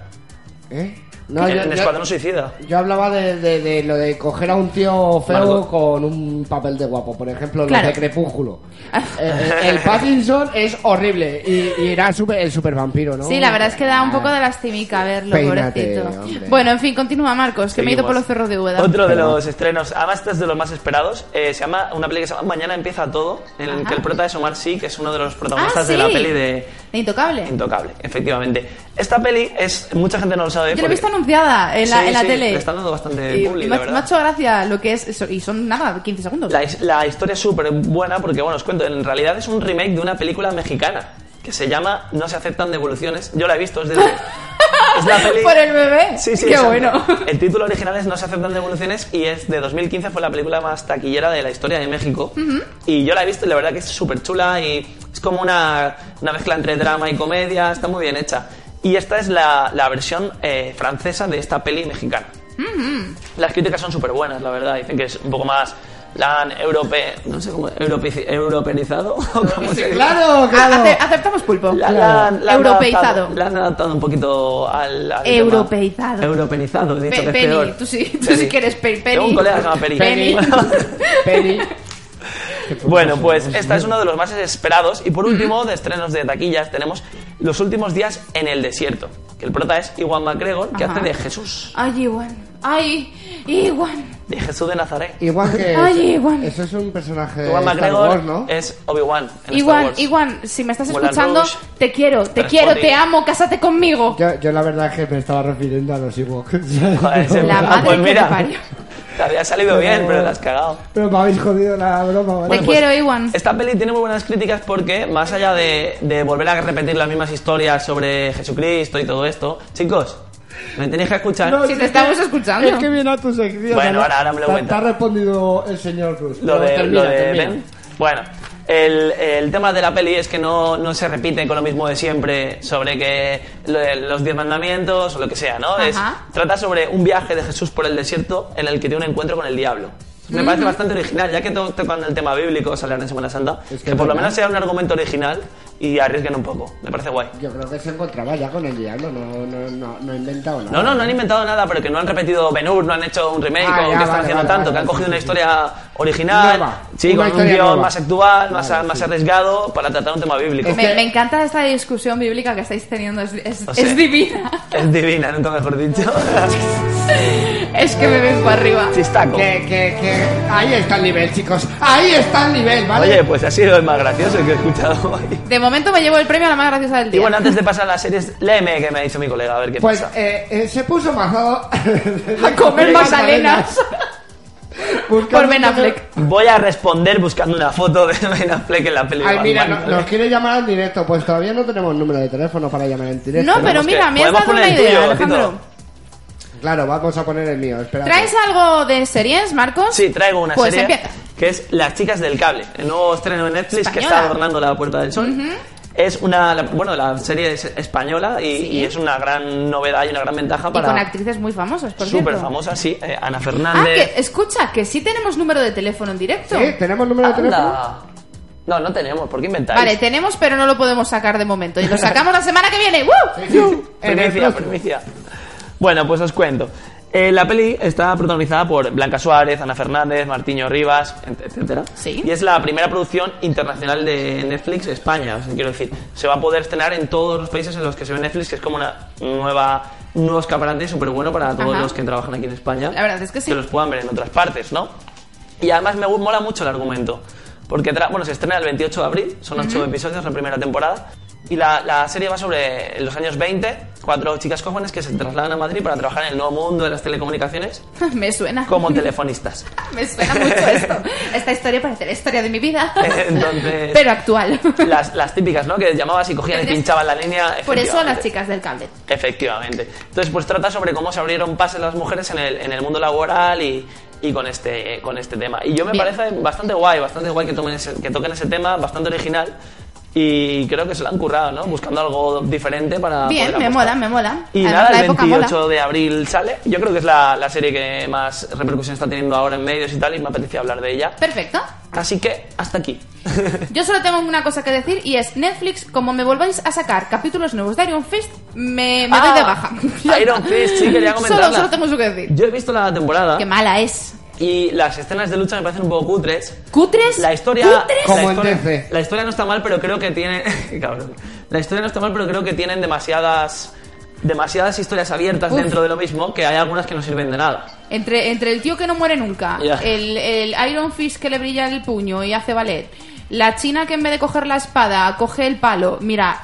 ¿Eh? No, en yo, en yo- Escuadrón Suicida. yo hablaba de, de- de lo de coger a un tío feo Margot. con un papel de guapo, por ejemplo, Claro. los de Crepúsculo. Eh, eh, el Pattinson es horrible y, y era super, el super vampiro, ¿no? Sí, la verdad es que da un poco de lastimica verlo, Peínate, pobrecito. hombre. Bueno, en fin, continúa Marcos, que me he ido Seguimos. por los cerros de Úbeda. Otro de Perdón. los estrenos, además este es de los más esperados, eh, se llama una peli que se llama Mañana empieza todo, en Ah, el que el prota es Omar Sy, que es uno de los protagonistas de la peli de Intocable. Intocable, efectivamente. Esta peli es. Mucha gente no lo sabe. Yo la he porque- visto anunciada en la, Sí, en la sí, tele. le están dando bastante y publi, me, la ha- verdad. me ha hecho gracia lo que es eso. Y son nada, 15 segundos. La, his- la historia es súper buena porque, bueno, os cuento, en realidad es un remake de una película mexicana que se llama No se aceptan devoluciones. Yo la he visto, es de... es la peli... Por el bebé. Sí, sí, Qué exacto. bueno. El título original es No se aceptan devoluciones y es de 2015, fue la película más taquillera de la historia de México. Y yo la he visto y la verdad que es súper chula y es como una, una mezcla entre drama y comedia, está muy bien hecha. Y esta es la, la versión eh, francesa de esta peli mexicana. Las críticas son súper buenas, la verdad. Dicen que es un poco más la han europe, no sé cómo, europeici- europeizado. ¿o cómo se dice? Claro, Ah, claro. ace- aceptamos pulpo. La- la han- la han Europeizado. adaptado- La han adaptado un poquito al. al Europeizado. tema. Europeizado, he dicho Pe- que es Penny, peor. tú sí, tú Penny. sí que eres pe- Penny. Tengo un colega que se llama Penny. Penny. Penny. Bueno, pues esta es uno de los más esperados. Y por último, de estrenos de taquillas, tenemos Los últimos días en el desierto. Que el prota es Iwan McGregor, que Ajá. hace de Jesús. Ay, Iwan. Ay, Iwan. De Jesús de Nazaret. Igual que. Ay, Juan. Eso es un personaje de Iwan Eh, Star McGregor eh. Wars, ¿no? es Obi-Wan. en Star Iwan, Wars. Iwan, si me estás Moulin escuchando, Rouge. te quiero, te Transporting. quiero, te amo, cásate conmigo. Yo, yo la verdad es que me estaba refiriendo a los Ewoks. Joder, ese- La madre pues que mira, te parió. te había salido bien, pero la has cagado. Pero me habéis jodido la broma, ¿vale? Te quiero, Iwan. Esta peli tiene muy buenas críticas porque, más allá de, de volver a repetir las mismas historias sobre Jesucristo y todo esto, chicos, me tenéis que escuchar. No, Si es te estamos que- escuchando. Es que viene a tu sección. Bueno, ¿no? ahora- ahora me lo Te- cuenta. Te ha respondido el señor Cruz. lo No, de, termina, lo de termina. Ben. Bueno, el, el tema de la peli es que no, no se repite con lo mismo de siempre sobre que lo- los diez mandamientos o lo que sea, ¿no? Es, Ajá. trata sobre un viaje de Jesús por el desierto en el que tiene un encuentro con el diablo. Me parece bastante original, ya que to- tocan el tema bíblico, sale ahora en Semana Santa, Es que que por lo verdad. menos sea un argumento original y arriesguen un poco. Me parece guay. Yo creo que se encontraba ya con el diablo, no, no, no, no he inventado nada. No, no, no han inventado nada, pero que no han repetido Ben Hur, no han hecho un remake Ah, o ya, que están vale, haciendo vale, tanto, vale, que han vale, cogido sí, una sí. historial original, Nueva, sí, una con un historia guión nueva. más actual, más, Vale, más sí. arriesgado, para tratar un tema bíblico. Me, me encanta esta discusión bíblica que estáis teniendo, es, es- O sea, es divina. Es divina, nunca mejor dicho. Es que me vengo arriba. Chistaco. Que, que, que... Ahí está el nivel, chicos. Ahí está el nivel, ¿vale? Oye, pues ha sido el más gracioso que he escuchado hoy. De momento me llevo el premio a la más graciosa del Y día. bueno, antes de pasar a las series, léeme que me ha dicho mi colega, a ver qué Pues pasa. eh, eh, se puso mazado a comer magdalenas por Ben Affleck. Voy a responder buscando una foto de Ben Affleck en la peli. de Ay, mira, Batman. no- nos quiere llamar al directo. Pues todavía no tenemos número de teléfono para llamar en directo. No, pero que- mira, me has podemos dado una poner el idea, tuyo, Alejandro. Tito. Claro, vamos a poner el mío. Espera. ¿Traes algo de series, Marcos? Sí, traigo una pues serie empieza. que es Las chicas del cable, el nuevo estreno de Netflix que Española. está adornando la Puerta del Sol. Es una, la- bueno, la serie es española y, y es una gran novedad y una gran ventaja Y con para actrices muy famosas, por súper cierto. famosa, sí, eh, Ana Ah, Fernández. que escucha, que sí tenemos número de teléfono en directo. ¿Sí? ¿Tenemos número Ah, de teléfono? Anda. No, no tenemos, ¿por qué inventáis? Vale, tenemos, pero no lo podemos sacar de momento. Y lo sacamos la semana que viene. ¡Woo! En el Primicia, próximo. primicia. Bueno, pues os cuento. Eh, la peli está protagonizada por Blanca Suárez, Ana Fernández, Martiño Rivas, ent- etcétera. Sí. Y es la primera producción internacional de Netflix España. O sea, quiero decir, se va a poder estrenar en todos los países en los que se ve Netflix, que es como una nueva, un nuevo escaparate súper bueno para todos Ajá. los que trabajan aquí en España. La verdad es que sí. Que los puedan ver en otras partes, ¿no? Y además me gu- mola mucho el argumento. Porque tra- bueno, se estrena el 28 de abril, son ocho episodios la primera temporada. Y la, la serie va sobre los años 20, cuatro chicas jóvenes que se trasladan a Madrid para trabajar en el nuevo mundo de las telecomunicaciones Me suena. como telefonistas. Me suena mucho esto. Esta historia parece la historia de mi vida. Entonces- Pero actual. Las, las típicas, ¿no? Que llamabas y cogían y pinchaban la línea. Por eso las efectivamente. chicas del cable. Efectivamente. Entonces, pues trata sobre cómo se abrieron pases las mujeres en el, en el mundo laboral y, y con, este, con este tema. Y yo me Bien. parece bastante guay, bastante guay que, tomen ese- que toquen ese tema, bastante original. Y creo que se lo han currado, ¿no? Buscando algo diferente para. Bien, poder me apostar. mola, me mola. pues Y Además, nada, la el época 28 de abril sale. Yo creo que es la, la serie que más repercusión está teniendo ahora en medios y tal, y me apetece hablar de ella. Perfecto. Así que, hasta aquí. Yo solo tengo una cosa que decir y es Netflix, como me volváis a sacar capítulos nuevos de Iron Fist, me, me doy de baja. Ah, Iron Fist, sí, quería comentarla. Solo, solo tengo eso que decir. Yo he visto la temporada Qué mala es. y las escenas de lucha me parecen un poco cutres. ¿Cutres? La historia, ¿Cutres? Como la, en historia DC. la historia no está mal, pero creo que tiene cabrón. La historia no está mal, pero creo que tienen demasiadas demasiadas historias abiertas Uf. dentro de lo mismo que hay algunas que no sirven de nada. Entre, entre el tío que no muere nunca, Ya. el, el Iron Fist que le brilla el puño y hace valer, la china que en vez de coger la espada coge el palo, mira,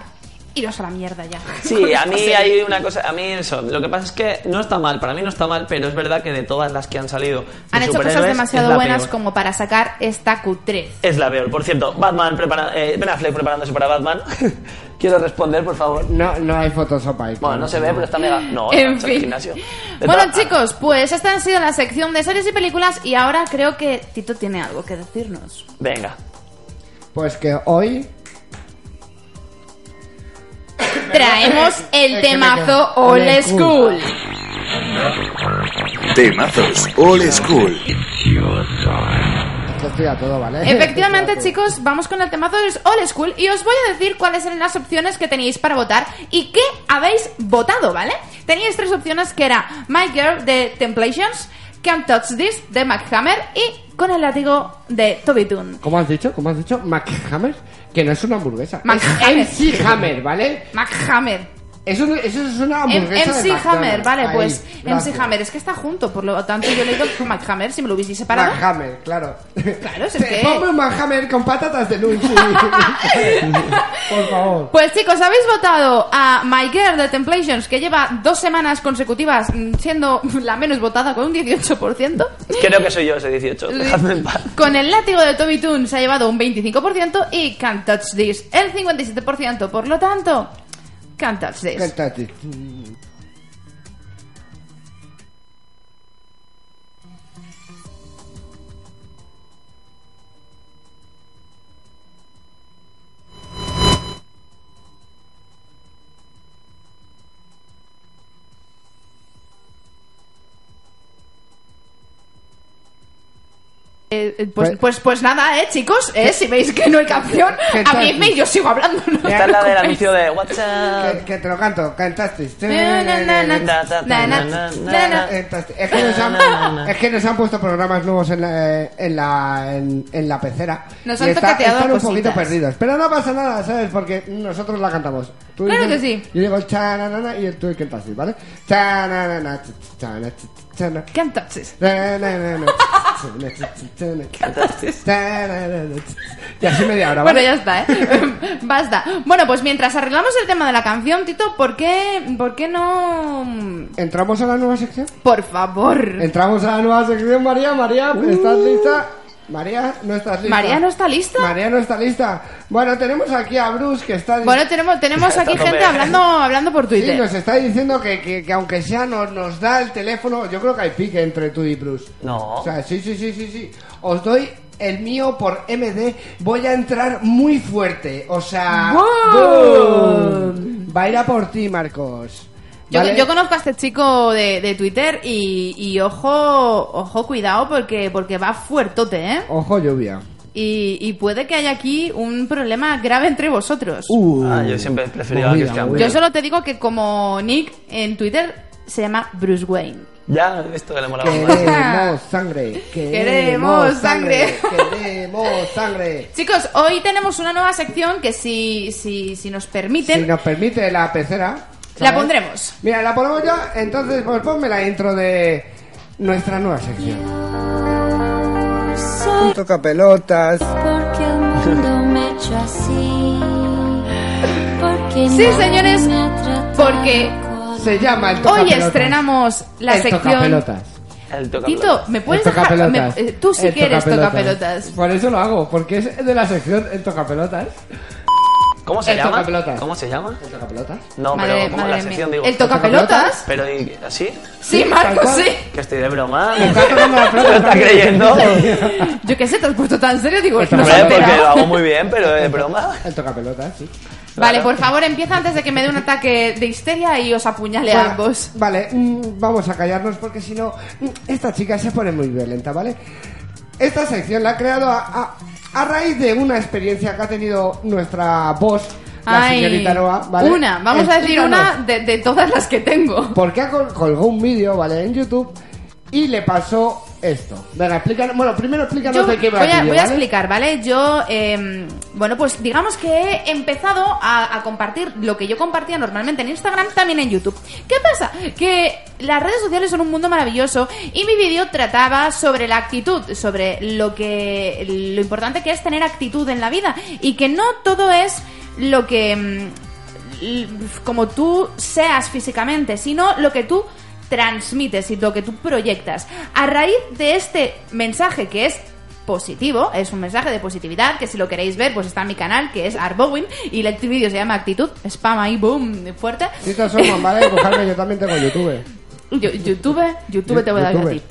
iros a la mierda ya. Sí, a mí hay una cosa, a mí eso, lo que pasa es que no está mal, para mí no está mal, pero es verdad que de todas las que han salido de Han hecho cosas superhéroes, es demasiado la buenas peor. como para sacar esta Q3. Es la peor, por cierto, Batman prepara, eh, Ben Affleck preparándose para Batman. Quiero responder, por favor. No, no hay Photoshop ahí. Bueno, no se ve, pero está mega... No, En está en el fin. gimnasio. De Bueno, todas- chicos, pues esta ha sido la sección de series y películas y ahora creo que Tito tiene algo que decirnos. Venga. Pues que hoy Traemos el Es que me temazo quedo- Old Old School. School. Temazos Old School. que estoy Pues a todo, ¿vale? Efectivamente, chicos, vamos con el temazo de Old School y os voy a decir cuáles eran las opciones que teníais para votar y qué habéis votado, ¿vale? Teníais tres opciones que era My Girl de Templations, Can't Touch This de McHammer y Con el látigo de Toby Toon. ¿Cómo has dicho? ¿Cómo has dicho? McHammer, que no es una hamburguesa. McHammer. Es MC Hammer, ¿vale? McHammer. Eso, no- eso es una Em- hamburguesa de MC Hammer, McDonald's. vale, Ahí, pues gracias. MC Hammer, es que está junto, por lo tanto yo le digo Mac Hammer, si me lo hubiese separado. McHammer, claro. Claro, es Te que- Ponme un McHammer con patatas de Luigi. Por favor. Pues chicos, habéis votado a My Girl de Templations, que lleva dos semanas consecutivas mm, siendo la menos votada con un 18%. Creo que soy yo ese 18. Dejadme en paz. Con el látigo de Toby Toon se ha llevado un 25% y Can't Touch This el 57%. Por lo tanto, Can't Touch This. Cantate. Eh, eh, pues, Pues- pues, pues nada, eh, chicos, eh, si veis que no hay canción, ¿Qué tal? abridme y yo sigo hablando. no os Esta es la del preocupéis. anuncio de WhatsApp. Ah. Que, que te lo canto, cantaste. Na, na, na, na, na, na, na, na. Cantaste. Es que, nos han, es que nos han puesto programas nuevos en la, eh, en la, en, en la pecera. Nos Y han toqueteado están un cositas. poquito perdidos. Pero no pasa nada, ¿sabes? Porque nosotros la cantamos. Tú Claro dices- que sí. Yo digo chananana y el tú cantaste, ¿vale? Chananana, ch- ch- chana, ch- ch- chana. Can't Touch This. Chananana, ch- ch- chana, ch- ch- chananana, ch- ch- Y así media hora, Bueno, ¿vale? ya está, ¿eh? Basta. Bueno, pues mientras arreglamos el tema de la canción, Tito, ¿por qué, por qué no...? ¿Entramos a la nueva sección? Por favor. Entramos a la nueva sección, María. María, ¿estás lista? María, no estás lista. Uh. María no está lista. María no está lista. Bueno, tenemos aquí a Bruce que está di- Bueno, tenemos, tenemos aquí Está gente tope. hablando, hablando por Sí, Twitter. nos está diciendo que, que- que aunque sea nos, nos da el teléfono. Yo creo que hay pique entre tú y Bruce. No. O sea, sí, sí, sí, sí, sí. Os doy el mío por MD. Voy a entrar muy fuerte. O sea, ¡boom! va a ir a por ti, Marcos. Yo, ¿Vale? yo conozco a este chico de, de Twitter y, y ojo, ojo, cuidado porque, porque va fuertote, ¿eh? Ojo lluvia. Y, y puede que haya aquí un problema grave entre vosotros. Uh. Ah, yo siempre he preferido a Movida, Christian movida. Yo Bale. solo te digo que como Nick en Twitter se llama Bruce Wayne. Ya, he visto que le molaba más. Ah. Queremos sangre. Queremos sangre. Queremos sangre. Chicos, hoy tenemos una nueva sección que si, si, si nos permiten, Si nos permite la pecera. la ¿sabes? pondremos. Mira, la ponemos ya. Entonces, pues ponme la intro de nuestra nueva sección. Yo soy Toca pelotas. porque el mundo me echó así. Porque Sí, nadie señores, me ha tratado porque con- Se llama el toca Hoy pelotas. estrenamos la el toca sección... pelotas. El toca Tito, ¿me puedes dejar? me- eh, tú si quieres toca pelotas. Por eso lo hago, porque es de la sección el toca pelotas. ¿Cómo se el llama? tocapelotas. ¿Cómo se llama? El toca pelotas. No, Madre- pero como madre la mía. sección digo. ¿El tocapelotas? Pero ¿y así? Sí, Sí, Marcos, tal cual. sí. Que estoy de broma. Está tocando la ¿Te pelota. lo estás creyendo? Yo qué sé, te has puesto tan serio, digo, no se ha Hombre, porque enterado. lo hago muy bien, pero de broma. El toca pelotas, sí. Vale, por favor, empieza antes de que me dé un ataque de histeria y os apuñale a Bueno, ambos. Vale, mm, vamos a callarnos porque si no, mm, esta chica se pone muy violenta, ¿vale? Esta sección la ha creado a, a- a raíz de una experiencia que ha tenido nuestra voz, la Ay, señorita Noa, ¿vale? Una, vamos a decir Explícanos, una de, de todas las que tengo. Porque ha col- colgó un vídeo, ¿vale? En YouTube y le pasó esto. Venga, explícanos. Bueno, primero explícanos Yo de qué va voy, el a, vídeo, voy a ¿vale? explicar, ¿vale? Yo, eh, bueno, pues digamos que he empezado a, a compartir lo que yo compartía normalmente en Instagram, también en YouTube. ¿Qué pasa? Que las redes sociales son un mundo maravilloso y mi vídeo trataba sobre la actitud, sobre lo que lo importante que es tener actitud en la vida y que no todo es lo que mm, l- como tú seas físicamente, sino lo que tú transmites y lo que tú proyectas. A raíz de este mensaje que es positivo, es un mensaje de positividad, que si lo queréis ver, pues está en mi canal, que es Arbowin, y el vídeo se llama Actitud, spam ahí, boom, fuerte. Chicos, somos ¿vale? Cogerme, yo también tengo YouTube. Yo- YouTube, YouTube te voy a dar YouTube. gratis.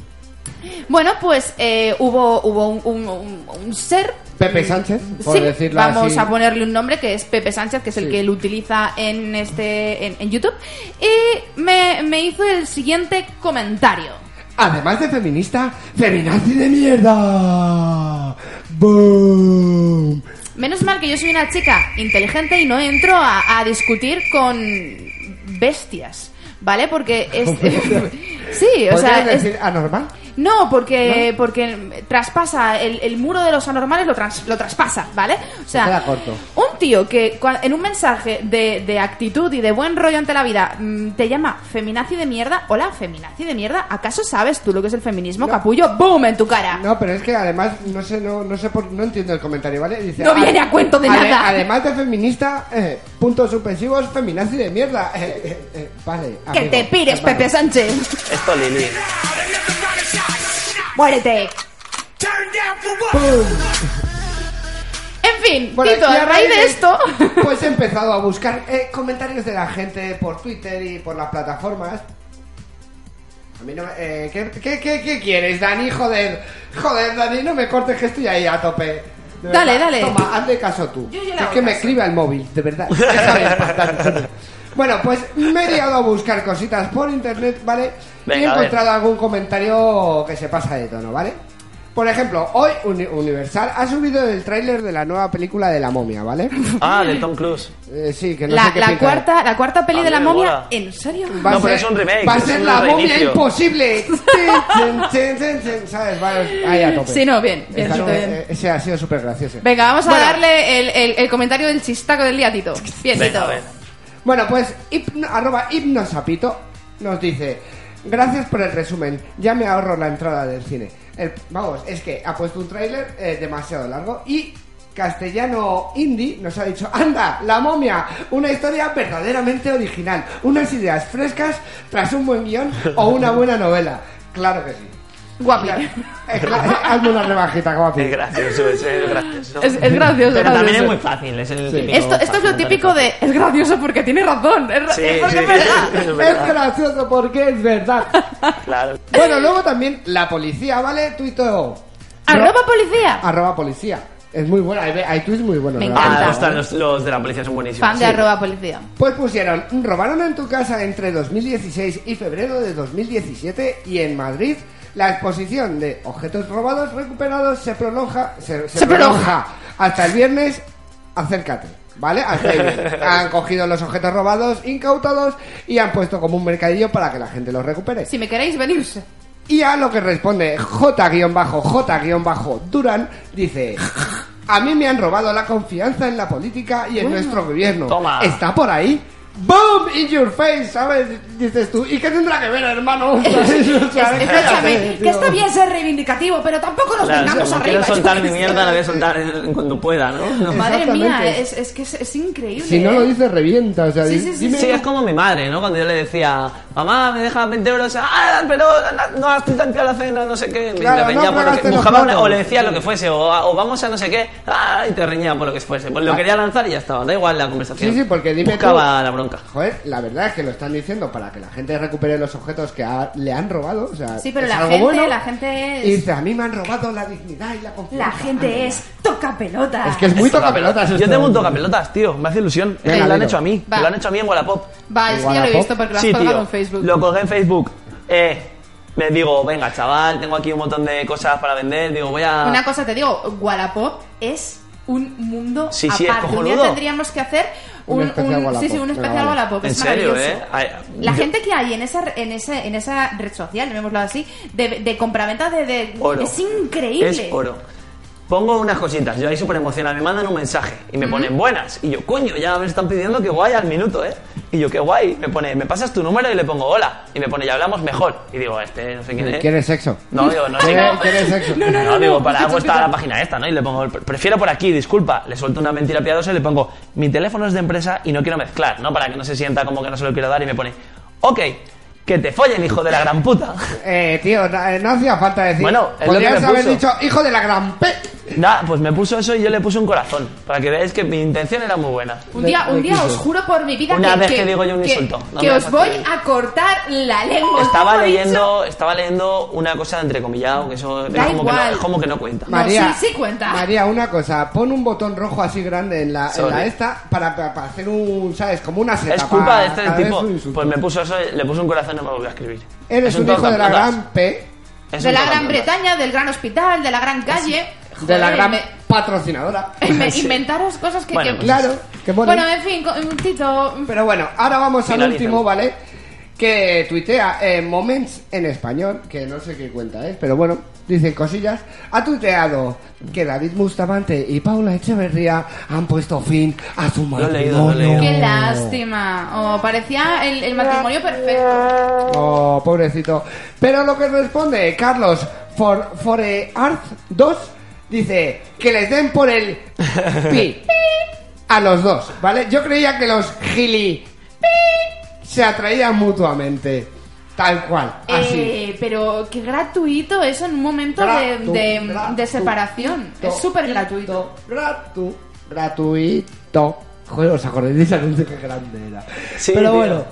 Bueno, pues eh, hubo, hubo un, un- un- un ser. Pepe Sánchez, por sí, decirlo vamos así. a ponerle un nombre que es Pepe Sánchez, que es el Sí. que lo utiliza en este en, en YouTube. Y me, me hizo el siguiente comentario. Además de feminista, feminazi de mierda. Boom. Menos mal que yo soy una chica inteligente y no entro a, a discutir con bestias, ¿vale? Porque es... sí, o sea... ¿Podrías es- decir anormal? No, porque, porque traspasa el, el muro de los anormales, lo, trans- lo traspasa, ¿vale? O sea, Queda corto. un tío que cua- en un mensaje de, de actitud y de buen rollo ante la vida mm, te llama feminazi de mierda, hola, feminazi de mierda, ¿acaso sabes tú lo que es el feminismo, capullo? ¡Boom! En tu cara. No, pero es que además, no sé, no, no sé por, no entiendo el comentario, ¿vale? Dice, No "Ah, viene a cuento de nada". Además de feminista, eh, puntos suspensivos, feminazi de mierda. Eh, eh, eh, vale. que amigo, te pires, hermano. Pepe Sánchez. Esto, Lili. Muérete. En fin, Bueno, Tito, y a raíz de esto... Pues he empezado a buscar eh, comentarios de la gente por Twitter y por las plataformas. A mí no me- eh, ¿qué, qué, qué- qué quieres, Dani? Joder, joder, Dani, no me cortes que estoy ahí a tope. De Dale, verdad. dale. Toma, hazle caso tú. Yo- yo le es hago que me caso. escribe al móvil, de verdad. Ya sabes, bastante. bueno, pues me he liado a buscar cositas por internet, ¿vale? Venga, y he a ver. encontrado algún comentario que se pasa de tono, ¿vale? Por ejemplo, hoy Uni- Universal ha subido el tráiler de la nueva película de la momia, ¿vale? Ah, de Tom Cruise. Eh, sí, que no sé La, qué la pinta. cuarta, la cuarta peli A de la mí me momia, mola. ¿en serio? pues, Va a No, pero ser- es un remake, Va a es ser un la momia reinicio. imposible. Tin, tin, tin, tin, ¿Sabes? Va ahí a tope. Sí, no, bien, bien, Esta no- bien. eh, Ese ha sido súper gracioso. Venga, vamos a Bueno. darle el, el- el comentario del chistaco del día, Tito. Bien, Venga, Tito. a ver. Bueno, pues hipno- arroba hipnosapito nos dice, gracias por el resumen, ya me ahorro la entrada del cine. El- vamos, es que ha puesto un tráiler eh, demasiado largo y castellano indie nos ha dicho, anda, la momia, una historia verdaderamente original, unas ideas frescas tras un buen guión o una buena novela. Claro que sí. Guapi. Eh, cla- eh, hazme una rebajita, guapi. Es gracioso, es, es gracioso. Es, es gracioso, Pero también gracioso. es muy fácil, es el típico Esto, esto es lo fácil, típico de... Es gracioso porque tiene razón. Es, ra- Sí, es porque sí, es verdad. es Es verdad. gracioso porque es verdad. Claro. Bueno, luego también la policía, ¿vale? Tuito. Arroba policía. Arroba policía. Es muy buena, hay, hay tweets muy buenos. Me la encanta. Ah, verdad. los, los, los de la policía son buenísimos. Fan de arroba policía. Pues pusieron, robaron en tu casa entre 2016 y febrero de 2017 y en Madrid la exposición de objetos robados recuperados se prolonga, se, se Se prolonga hasta el viernes, acércate. ¿Vale? Hasta el viernes. Han cogido los objetos robados, incautados y han puesto como un mercadillo para que la gente los recupere. Si me queréis, venirse. Y a lo que responde J-J-Duran dice... A mí me han robado la confianza en la política y en nuestro gobierno. Toma. ¿Está por ahí? ¡Boom! In your face, ¿sabes? Dices tú. ¿Y qué tendrá que ver, hermano? ¿Sabes? O sea, Escúchame, cállate, que está tío. bien ser reivindicativo, pero tampoco nos Claro, vengamos como arriba. quiero soltar mi chicos. mierda, la voy a soltar en- cuando pueda, ¿no? Madre mía, Exactamente. es, es que es, es increíble. Si no ¿eh? lo dices, revienta. O sea, Sí, di- sí, sí, dime- sí. Sí, es como mi madre, ¿no? Cuando yo le decía, mamá, me deja 20 euros, ah, pero no has tanteado la cena, no sé qué. Me- Claro, me reñía no por lo que, fregaste los buscaba una- platos. o le decía lo que fuese, o, o vamos a no sé qué, ah, y te reñía por lo que fuese. Pues lo Ah. quería lanzar y ya estaba, da igual la conversación. Sí, sí, porque dime Buscaba tú- la bronca. Joder, la verdad es que lo están diciendo para que la gente recupere los objetos que ha- le han robado. O sea, Sí, pero es la algo gente- bueno. la gente es- Y dice, a mí me han robado la dignidad y la confianza. La gente Anda. es toca pelota. Es que es muy Esto, tocapelotas. Yo esto. ¿eh? tengo un tocapelotas, tío, me hace ilusión. Venga, Eh, lo han dilo. hecho a mí, Va. lo han hecho a mí en Wallapop. Va, es que ya lo he Wallapop. visto porque lo has colgado en Facebook. Lo colgué en Facebook. Eh, me digo, venga, chaval, tengo aquí un montón de cosas para vender. Digo, voy a. Una cosa te digo, Wallapop es un mundo Sí, sí, es aparte. un día cojonudo. tendríamos que hacer Un un, especial un- sí, sí, Wallapop. un especial Venga, vale. Wallapop. Es En serio, maravilloso. ¿eh? Ay, La yo- gente que hay en esa, en esa, en esa red social, llamémoslo así, de, de compraventa de, de- Oro. es increíble. Es oro. Pongo unas cositas, yo ahí súper emocional, me mandan un mensaje y me ponen buenas. Y yo, coño, ya me están pidiendo que guay al minuto, ¿eh? Y yo, qué guay. Me pone, me pasas tu número y le pongo hola. Y me pone, ya hablamos mejor. Y digo, este, no sé quién es. ¿Quieres sexo? No, digo, no ¿Quieres- digo- quieres sexo? No, No, no, digo, no, para no, algo está no. la página esta, ¿no? Y le pongo, "Pre- prefiero por aquí, disculpa. Le suelto una mentira piadosa y le pongo, mi teléfono es de empresa y no quiero mezclar, ¿no? Para que no se sienta como que no se lo quiero dar y me pone, ok, que te follen, hijo de la gran puta. Eh, tío, no, eh, no hacía falta decir. Bueno, es lo que podrías me haber puso. dicho, hijo de la gran P. Nada, pues me puso eso y yo le puse un corazón, para que veáis que mi intención era muy buena. Un día, un día os juro por mi vida Una que, vez que digo yo un insulto, no que me os hagas voy reír. a cortar la lengua. ¿Cómo Estaba ha dicho? leyendo, estaba leyendo una cosa de entrecomillado, que eso es Da como que, no, igual. es como que no cuenta. María, sí, sí cuenta. María, una cosa, pon un botón rojo así grande en la, en Sorry. la esta para, para- para hacer un, ¿sabes? Como una seta. Es culpa para- de este cada vez tipo. un- Pues me puso eso, le puse un corazón y no me volvió a escribir. Eres Es un hijo de la tocapelotas. gran P. Es de un la Gran tocapelotas. Bretaña, del gran hospital, de la gran calle. Ah, De la Joder, gran me- patrocinadora. Pues me- inventaros cosas que... Bueno, que- pues Claro, que molen. Bueno, en fin, co- un tito... Pero bueno, ahora vamos al Finaliza. último, ¿vale? Que tuitea eh, Moments en español, que no sé qué cuenta es, pero bueno, dice cosillas. Ha tuiteado que David Bustamante y Paula Echeverría han puesto fin a su he matrimonio. leído, lo he leído. Qué lástima. Oh, parecía el, el matrimonio perfecto. Oh, pobrecito. Pero lo que responde Carlos For, Fore Art 2 dice que les den por el pi a los dos, ¿vale? Yo creía que los gili pi se atraían mutuamente. Tal cual, así. Eh, pero qué gratuito eso en un momento de, Gratu- de- gratuito. de separación. Es súper gratuito. Gratu. Gratuito. Joder, ¿os acordáis de ese anuncio que grande era? Sí, Pero tío. bueno,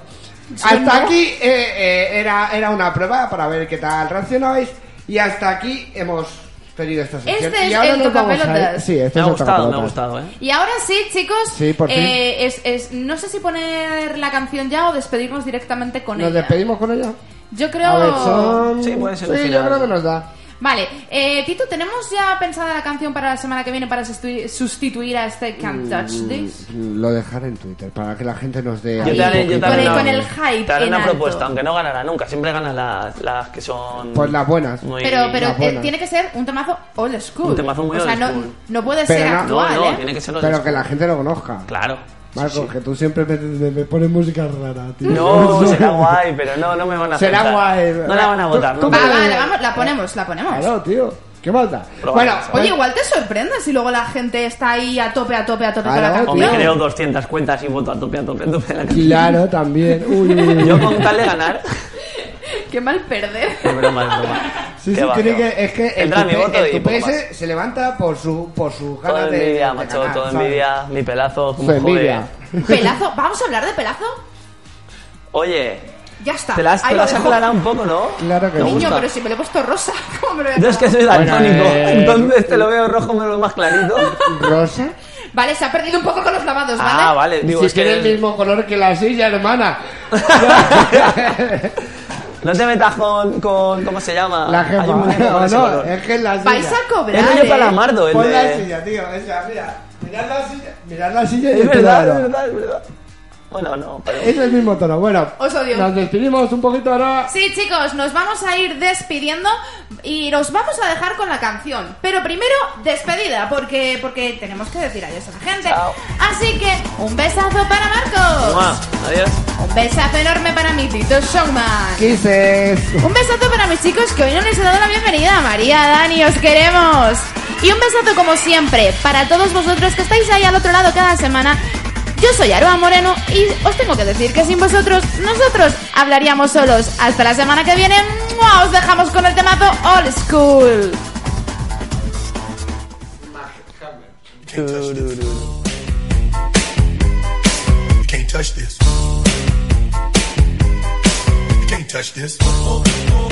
hasta aquí eh, eh, era, era una prueba para ver qué tal reaccionabais. Y hasta aquí hemos tenido esta sección. Este y es ahora el nos vamos a ir- tocapelotas. Sí, este Me es el ha gustado, me ha tocapelotas. gustado, eh. Y ahora sí, chicos. Sí, por fin. eh, es, es- no sé si poner la canción ya o despedirnos directamente con ¿Nos ella. despedimos con ella? Yo A ver, creo. son- Sí, puede ser Sí, el yo final. creo que nos da. Vale, eh, Tito, ¿tenemos ya pensada la canción para la semana que viene para sustitu- sustituir a este Can't Touch This? Lo dejaré en Twitter para que la gente nos dé. Yo ahí te haré, un yo te poquito haré de- una, con el hype te haré en una alto. propuesta, aunque no ganará nunca. Siempre ganan las, las que son. Pues las buenas. muy- Pero, pero Las eh, buenas. tiene que ser un temazo old school. Un temazo muy o sea, old no, school. no puede Pero ser no- actual, no, no, ¿eh? tiene que ser old Pero school. que la gente lo conozca. Claro. Marcos, que tú siempre me, Me, me pone música rara, tío. No, será guay, pero no, no me van a Será aceptar. guay. No la van a Tú- votar, tú ¿no? Va, me- vale, vamos, la ponemos, la ponemos. Claro, tío. ¿Qué más da? Probable, bueno, Oye, igual te sorprende si luego la gente está ahí a tope, a tope, a tope con la Claro, O me canción. tío. creo 200 cuentas y voto a tope, a tope, a tope. La canción. Claro, también. Uy, uy, uy. Yo con tal de ganar. Qué mal perder. Es broma, es broma. Sí, sí, Qué va, creo qué va. que es que el Tendrá mi tupé- voto el y tupé poco más. ese se levanta por su por su Todo ganas de, envidia, de macho, ganar, todo ¿sabes? envidia. Mi pelazo, Su como envidia. Pelazo, ¿vamos a hablar de pelazo? Oye, Ya está. te la has, ahí te lo la has dejo. aclarado un poco, ¿no? Claro que Me sí. Niño, gusta. pero si me lo he puesto rosa, ¿cómo me lo he Yo es que soy Bueno, daltónico, eh, entonces te lo veo rojo, me lo veo más clarito. Pues Rosa. Vale, se ha perdido un poco con los lavados, ¿vale? Ah, vale, digo, si es que tiene el mismo color que la silla, hermana. no te metas con, con ¿cómo se llama? la Hay un muñeco jefa. con O ese no, eh, color. es que es la silla. Vais a cobrar. Es rollo ¿eh? calamardo, el Pon la de... silla, tío. Esa, mira. Mirad la silla. Mirad la silla y Es verdad, claro. es verdad, es verdad. Bueno, no, pero... Es el mismo tono. Bueno, Os odio. nos despedimos un poquito ahora. Sí, chicos, nos vamos a ir despidiendo y nos vamos a dejar con la canción. Pero primero, despedida, porque, porque tenemos que decir adiós a la gente. Chao. Así que, un besazo para Marcos. Mua, Adiós. Un besazo enorme para mi Tito Showman. Kisses. Un besazo para mis chicos que hoy no les he dado la bienvenida. María, Dani, os queremos. Y un besazo como siempre para todos vosotros que estáis ahí al otro lado cada semana. Yo soy Aroa Moreno y os tengo que decir que sin vosotros nosotros hablaríamos solos. Hasta la semana que viene. ¡Mua! Os dejamos con el temazo Old School. Can't touch this. Can't touch this. Can't touch this.